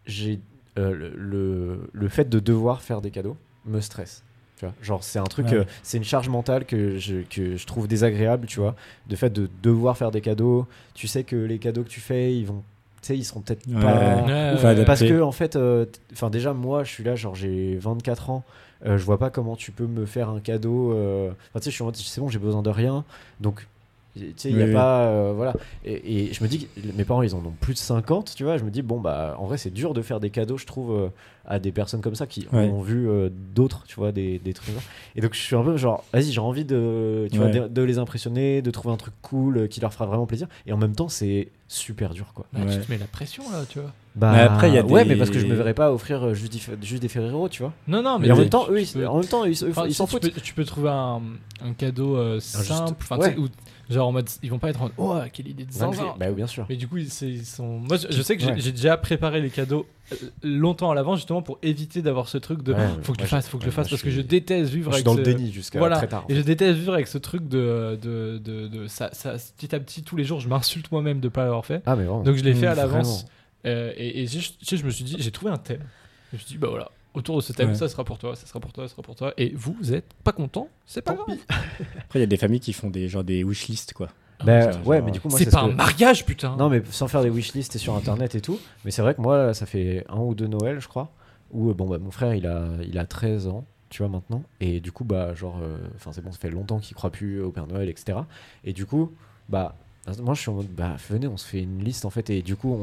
Speaker 1: j'ai. euh, le, le, le fait de devoir faire des cadeaux me stresse. Tu vois Genre, c'est un truc.
Speaker 2: Ouais.
Speaker 1: euh, c'est une charge mentale que je, que je trouve désagréable, tu vois. De fait de devoir faire des cadeaux. Tu sais que les cadeaux que tu fais, ils vont. Tu sais, ils seront peut-être
Speaker 2: Ouais.
Speaker 1: pas.
Speaker 3: Ouais,
Speaker 1: ou-
Speaker 3: ouais, Bah, ouais.
Speaker 1: parce
Speaker 2: adapté.
Speaker 1: que, en fait, euh, t- enfin, déjà, moi, je suis là, genre, j'ai 24 ans. euh, je vois pas comment tu peux me faire un cadeau. euh, Enfin, tu sais, je suis en mode, c'est bon, j'ai besoin de rien. Donc, tu sais, il y a
Speaker 2: Oui.
Speaker 1: pas. euh, voilà. Et, et je me dis que mes parents, ils en ont plus de 50, tu vois. Je me dis, bon, bah, en vrai, c'est dur de faire des cadeaux, je trouve, euh, à des personnes comme ça qui
Speaker 2: Ouais.
Speaker 1: ont vu euh, d'autres, tu vois, des, des trucs. comme ça. Et donc, je suis un peu genre, vas-y, j'ai envie de, tu vois,
Speaker 2: Ouais.
Speaker 1: de, de les impressionner, de trouver un truc cool euh, qui leur fera vraiment plaisir. Et en même temps, c'est super dur, quoi.
Speaker 3: Bah,
Speaker 2: Ouais.
Speaker 3: Tu te mets la pression là, tu vois.
Speaker 1: Bah,
Speaker 2: Mais après, il y a
Speaker 1: Ouais,
Speaker 2: des-
Speaker 1: mais parce que je me verrais pas offrir euh, juste, des- juste des Ferrero, tu vois.
Speaker 3: Non, non, mais
Speaker 1: Mais en
Speaker 3: t'es-
Speaker 1: même temps,
Speaker 3: tu
Speaker 1: eux,
Speaker 3: peux-
Speaker 1: ils, en même temps, ils, eux,
Speaker 3: Enfin,
Speaker 1: ils
Speaker 3: si
Speaker 1: s'en
Speaker 3: tu
Speaker 1: foutent.
Speaker 3: peux- Tu peux trouver un, un cadeau euh,
Speaker 1: juste-
Speaker 3: simple, enfin, tu sais,
Speaker 1: ouais.
Speaker 3: où- genre en mode, ils vont pas être en mode, oh, quelle idée de
Speaker 1: Non, mais-
Speaker 3: zinzin.
Speaker 1: Bah, oui, bien sûr.
Speaker 3: Mais du coup, ils, c'est- ils sont. Moi, je, je sais que j'ai-
Speaker 1: Ouais.
Speaker 3: j'ai déjà préparé les cadeaux euh, longtemps à l'avance, justement pour éviter d'avoir ce truc de.
Speaker 1: Ouais,
Speaker 3: faut que je
Speaker 1: moi,
Speaker 3: le fasse, faut que je le
Speaker 1: ouais,
Speaker 3: fasse,
Speaker 1: moi,
Speaker 3: parce
Speaker 1: je
Speaker 3: que je
Speaker 1: suis-
Speaker 3: déteste vivre
Speaker 1: Je suis
Speaker 3: avec
Speaker 1: dans
Speaker 3: ce-
Speaker 1: le déni jusqu'à
Speaker 3: Voilà.
Speaker 1: très tard. en
Speaker 3: Et
Speaker 1: fait.
Speaker 3: je déteste vivre avec ce truc de. de, de, de- ça, ça- petit à petit, tous les jours, je m'insulte moi-même de pas l'avoir fait.
Speaker 1: Ah, mais vraiment.
Speaker 3: Donc, je l'ai fait à
Speaker 1: Mmh,
Speaker 3: l'avance.
Speaker 1: vraiment.
Speaker 3: Euh, et et juste- tu sais, je me suis dit, j'ai trouvé un thème. Je me suis dit, bah voilà, autour de ce thème,
Speaker 2: Ouais.
Speaker 3: ça sera pour toi, ça sera pour toi, ça sera pour toi. Et vous, vous êtes pas content, c'est pas
Speaker 1: Tant
Speaker 3: grave.
Speaker 2: Après, il y a des familles qui font des genre des wishlists quoi.
Speaker 1: Bah,
Speaker 2: Genre,
Speaker 1: ouais,
Speaker 2: genre,
Speaker 1: mais du coup, moi,
Speaker 3: Ah, C'est
Speaker 1: ce
Speaker 3: pas un
Speaker 1: que-
Speaker 3: mariage, putain.
Speaker 1: Non, mais sans faire des wishlists et sur internet et tout. Mais c'est vrai que moi, ça fait un ou deux Noël, je crois, où euh, bon, bah, mon frère, il a, il a 13 ans, tu vois, maintenant. Et du coup, bah, genre, enfin, c'est bon, ça fait longtemps qu'il croit plus au Père Noël, etc. Et du coup, bah. Moi, je suis en mode, bah, venez, on se fait une liste en fait, et du coup,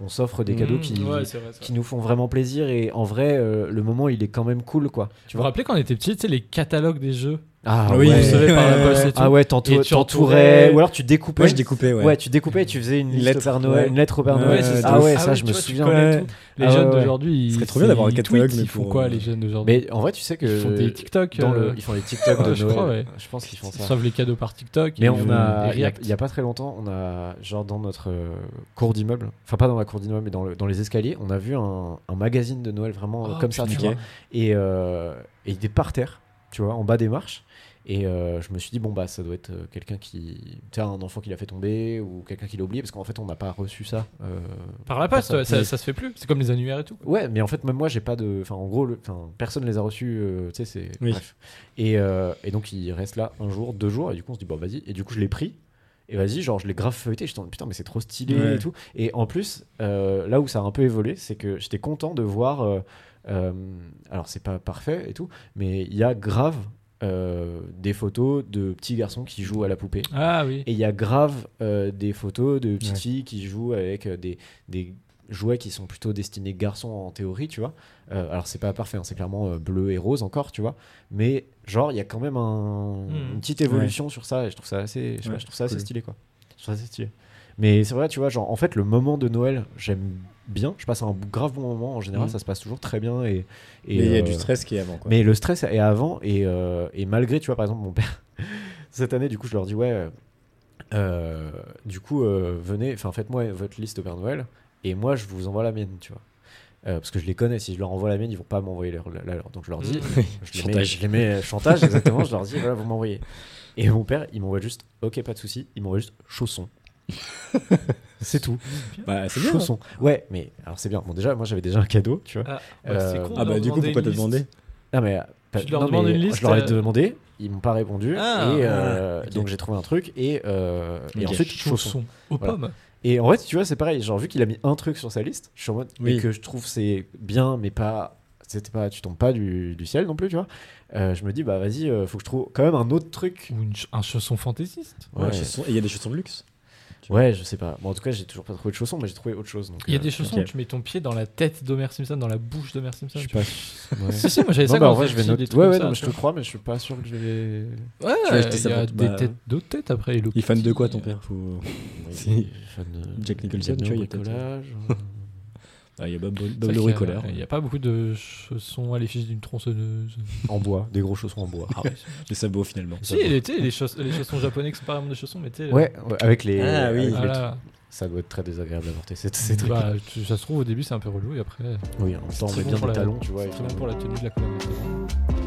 Speaker 1: on, on s'offre des cadeaux
Speaker 3: Mmh,
Speaker 1: qui,
Speaker 3: ouais, c'est vrai, c'est vrai.
Speaker 1: qui nous font vraiment plaisir. Et en vrai, euh, le moment, il est quand même cool, quoi.
Speaker 3: Tu
Speaker 1: Tu
Speaker 3: vous
Speaker 1: vois
Speaker 3: rappelez quand on était petit, tu sais, les catalogues des jeux
Speaker 1: Ah
Speaker 2: Oui,
Speaker 3: Vous
Speaker 2: Ouais.
Speaker 3: recevez par la poste et tout.
Speaker 1: Ah ouais,
Speaker 3: Et
Speaker 1: t'entou-
Speaker 3: tu entourais.
Speaker 1: t'entourais, ou alors tu découpais.
Speaker 2: Moi, je découpais, ouais.
Speaker 1: Ouais, tu découpais et tu faisais une,
Speaker 2: Une
Speaker 1: liste
Speaker 2: lettre,
Speaker 1: au Père Noël,
Speaker 2: ouais.
Speaker 1: une lettre au Père
Speaker 2: Ouais,
Speaker 1: Noël.
Speaker 2: c'est
Speaker 1: ah
Speaker 2: ça.
Speaker 1: ouais,
Speaker 3: Ah
Speaker 1: ça,
Speaker 3: ouais,
Speaker 1: je
Speaker 3: tu
Speaker 1: me
Speaker 3: vois, tu
Speaker 1: souviens.
Speaker 3: connais tout. Les
Speaker 1: Ah
Speaker 3: jeunes
Speaker 1: ouais, ouais.
Speaker 3: d'aujourd'hui, ils.
Speaker 2: serait trop bien d'avoir un
Speaker 3: ils
Speaker 2: catalogue,
Speaker 3: tweetent,
Speaker 2: mais
Speaker 3: Ils font
Speaker 2: pour,
Speaker 3: quoi,
Speaker 2: euh,
Speaker 3: les jeunes d'aujourd'hui
Speaker 1: Mais en vrai, tu sais que.
Speaker 3: Ils font des TikTok.
Speaker 1: dans
Speaker 3: euh,
Speaker 1: le- Ils font des TikTok de Noël.
Speaker 3: je crois, ouais.
Speaker 1: Je pense qu'ils font
Speaker 3: Ils
Speaker 1: ça.
Speaker 3: reçoivent les cadeaux par TikTok.
Speaker 1: Mais
Speaker 3: et euh,
Speaker 1: on a,
Speaker 3: et
Speaker 1: il y a,
Speaker 3: React.
Speaker 1: il y a pas très longtemps, on a, genre dans notre euh, cour d'immeuble, enfin pas dans la cour d'immeuble, mais dans, le- dans les escaliers, on a vu un, un magazine de Noël vraiment euh,
Speaker 3: Oh,
Speaker 1: comme ça, tu
Speaker 3: putain.
Speaker 1: vois. Et, euh, et il est par terre, tu vois, en bas des marches. Et euh, je me suis dit, bon, bah, ça doit être euh, quelqu'un qui. Tu sais, un enfant qui l'a fait tomber ou quelqu'un qui l'a oublié, parce qu'en fait, on n'a pas reçu ça. euh,
Speaker 3: Par la poste,
Speaker 1: personne.
Speaker 3: ouais, ça, ça se fait plus. C'est comme les annuaires et tout.
Speaker 1: Ouais, mais en fait, même moi, j'ai pas de. Enfin, en gros, le... enfin, personne les a reçus. euh, tu sais, c'est.
Speaker 2: Oui.
Speaker 1: Bref. Et, euh, et donc, il reste là un jour, deux jours, et du coup, on se dit, bon, vas-y. Et du coup, je l'ai pris. Et vas-y, genre, je l'ai grave feuilleté. J'étais en mode, putain, mais c'est trop stylé
Speaker 2: Ouais.
Speaker 1: et tout. Et en plus, euh, là où ça a un peu évolué, c'est que j'étais content de voir. euh, euh, alors, c'est pas parfait et tout, mais il y a grave euh, des photos de petits garçons qui jouent à la poupée.
Speaker 3: Ah oui.
Speaker 1: Et il y a grave euh, des photos de petites
Speaker 2: Ouais.
Speaker 1: filles qui jouent avec euh, des, des jouets qui sont plutôt destinés garçons en théorie, tu vois. Euh, alors c'est pas parfait, hein, c'est clairement euh, bleu et rose encore, tu vois. Mais genre il y a quand même un-
Speaker 3: Hmm.
Speaker 1: une petite évolution sur ça et je trouve ça assez, je sais pas,
Speaker 2: Ouais,
Speaker 1: je trouve ça assez
Speaker 2: cool.
Speaker 1: stylé quoi. Je trouve ça assez stylé. Mais c'est vrai, tu vois, genre en fait le moment de Noël j'aime bien, je passe un grave bon moment en général,
Speaker 2: Mhm.
Speaker 1: ça se passe toujours très bien et, et,
Speaker 2: Mais il y a
Speaker 1: euh,
Speaker 2: du stress qui est avant quoi.
Speaker 1: mais le stress est avant et, euh, et malgré, tu vois, par exemple, mon père, cette année, du coup, je leur dis, ouais, euh, du coup, euh, venez, enfin, faites-moi votre liste au Père Noël et moi, je vous envoie la mienne, tu vois. Euh, parce que je les connais, si je leur envoie la mienne, ils vont pas m'envoyer leur- la la leur. Donc je leur dis,
Speaker 3: Mmh.
Speaker 1: je, les mets,
Speaker 2: Chantage.
Speaker 1: je les mets- euh, chantage, exactement, je leur dis, voilà, vous m'envoyez. Et mon père, il m'envoie juste, ok, pas de souci, il m'envoie juste chaussons. c'est tout.
Speaker 2: Bah, c'est bien.
Speaker 1: Chaussons. Ouais, mais alors c'est bien. Bon, déjà, moi j'avais déjà un cadeau, tu vois.
Speaker 3: Ah,
Speaker 1: Euh,
Speaker 3: bah, c'est con de
Speaker 2: Ah
Speaker 3: leur
Speaker 2: bah du coup pourquoi
Speaker 3: demander une
Speaker 2: t'as
Speaker 3: liste.
Speaker 2: demandé
Speaker 1: Non mais, euh, pas-
Speaker 3: Tu leur
Speaker 1: non,
Speaker 3: demandes
Speaker 1: mais
Speaker 3: une liste,
Speaker 1: je leur ai
Speaker 3: euh,
Speaker 1: demandé, ils m'ont pas répondu
Speaker 3: Ah,
Speaker 1: et euh,
Speaker 2: ok.
Speaker 1: donc j'ai trouvé un truc et, euh, et
Speaker 2: Ok.
Speaker 1: ensuite chaussons.
Speaker 3: Chaussons aux
Speaker 1: Voilà.
Speaker 3: pommes.
Speaker 1: Et en fait, tu vois, c'est pareil, genre vu qu'il a mis un truc sur sa liste, je suis en mode
Speaker 2: Oui.
Speaker 1: et que je trouve c'est bien mais pas c'était pas, tu tombes pas du, du ciel non plus, tu vois. Euh, je me dis, bah vas-y, euh, faut que je trouve quand même un autre truc.
Speaker 3: Ou une ch- un chausson fantaisiste.
Speaker 2: Ouais, chaussons- et Il y a des chaussons de luxe.
Speaker 1: Ouais, je sais pas. Bon, en tout cas, j'ai toujours pas trouvé de chaussons, mais j'ai trouvé autre chose. donc,
Speaker 3: Il y a
Speaker 1: euh,
Speaker 3: des chaussons
Speaker 2: ok.
Speaker 3: où tu mets ton pied dans la tête d'Homer Simpson, dans la bouche d'Homer
Speaker 1: Je
Speaker 3: Simpson.
Speaker 1: suis
Speaker 3: tu vois.
Speaker 1: pas. ouais.
Speaker 3: Si, si, moi j'avais
Speaker 1: Non,
Speaker 3: ça
Speaker 1: bah,
Speaker 3: quand
Speaker 1: en vrai, je
Speaker 3: j'étais
Speaker 1: vais
Speaker 3: petit,
Speaker 1: noter.
Speaker 3: des trucs
Speaker 1: Ouais,
Speaker 3: comme
Speaker 1: ouais,
Speaker 3: ça,
Speaker 1: non, mais je
Speaker 3: tu
Speaker 1: te crois, mais je suis pas sûr que je vais.
Speaker 3: vois.
Speaker 2: Tu vas acheter
Speaker 3: Ouais, il
Speaker 2: ça
Speaker 3: y a
Speaker 2: pour-
Speaker 3: des
Speaker 2: bah,
Speaker 3: têtes, d'autres têtes après. Hello
Speaker 2: Il est fan de quoi
Speaker 3: Kitty,
Speaker 2: ton
Speaker 3: euh,
Speaker 2: père Faut-
Speaker 1: Oui,
Speaker 2: Si.
Speaker 1: fan de-
Speaker 2: Jack Nicholson,
Speaker 1: de
Speaker 2: tu vois, il y a
Speaker 1: bricolage,
Speaker 2: Ah, Il y a Bob,
Speaker 3: c'est
Speaker 2: Bob
Speaker 3: vrai
Speaker 2: le
Speaker 3: qu'il y a-
Speaker 2: bricoleur.
Speaker 3: Il n'y a pas beaucoup de chaussons à l'effigie d'une tronçonneuse.
Speaker 1: en bois, des gros chaussons en bois.
Speaker 3: Ah, ouais.
Speaker 2: Les sabots finalement.
Speaker 3: si, les, tu sais, les, chauss- les chaussons japonais qui sont pas vraiment des chaussons, mais tu sais. euh,
Speaker 1: Ouais, ouais, avec les.
Speaker 2: Ah, oui.
Speaker 1: avec les trucs.
Speaker 3: Voilà.
Speaker 1: Ça doit être très désagréable à porter ces, ces trucs.
Speaker 3: Bah, tu- ça se trouve au début c'est un peu relou et après.
Speaker 1: oui, en même temps, on
Speaker 3: très
Speaker 1: met
Speaker 3: bon
Speaker 1: bien
Speaker 3: pour
Speaker 1: des
Speaker 3: la-
Speaker 1: talons, tu vois. et
Speaker 3: C'est très bien
Speaker 1: finalement-
Speaker 3: pour la tenue de la colonne.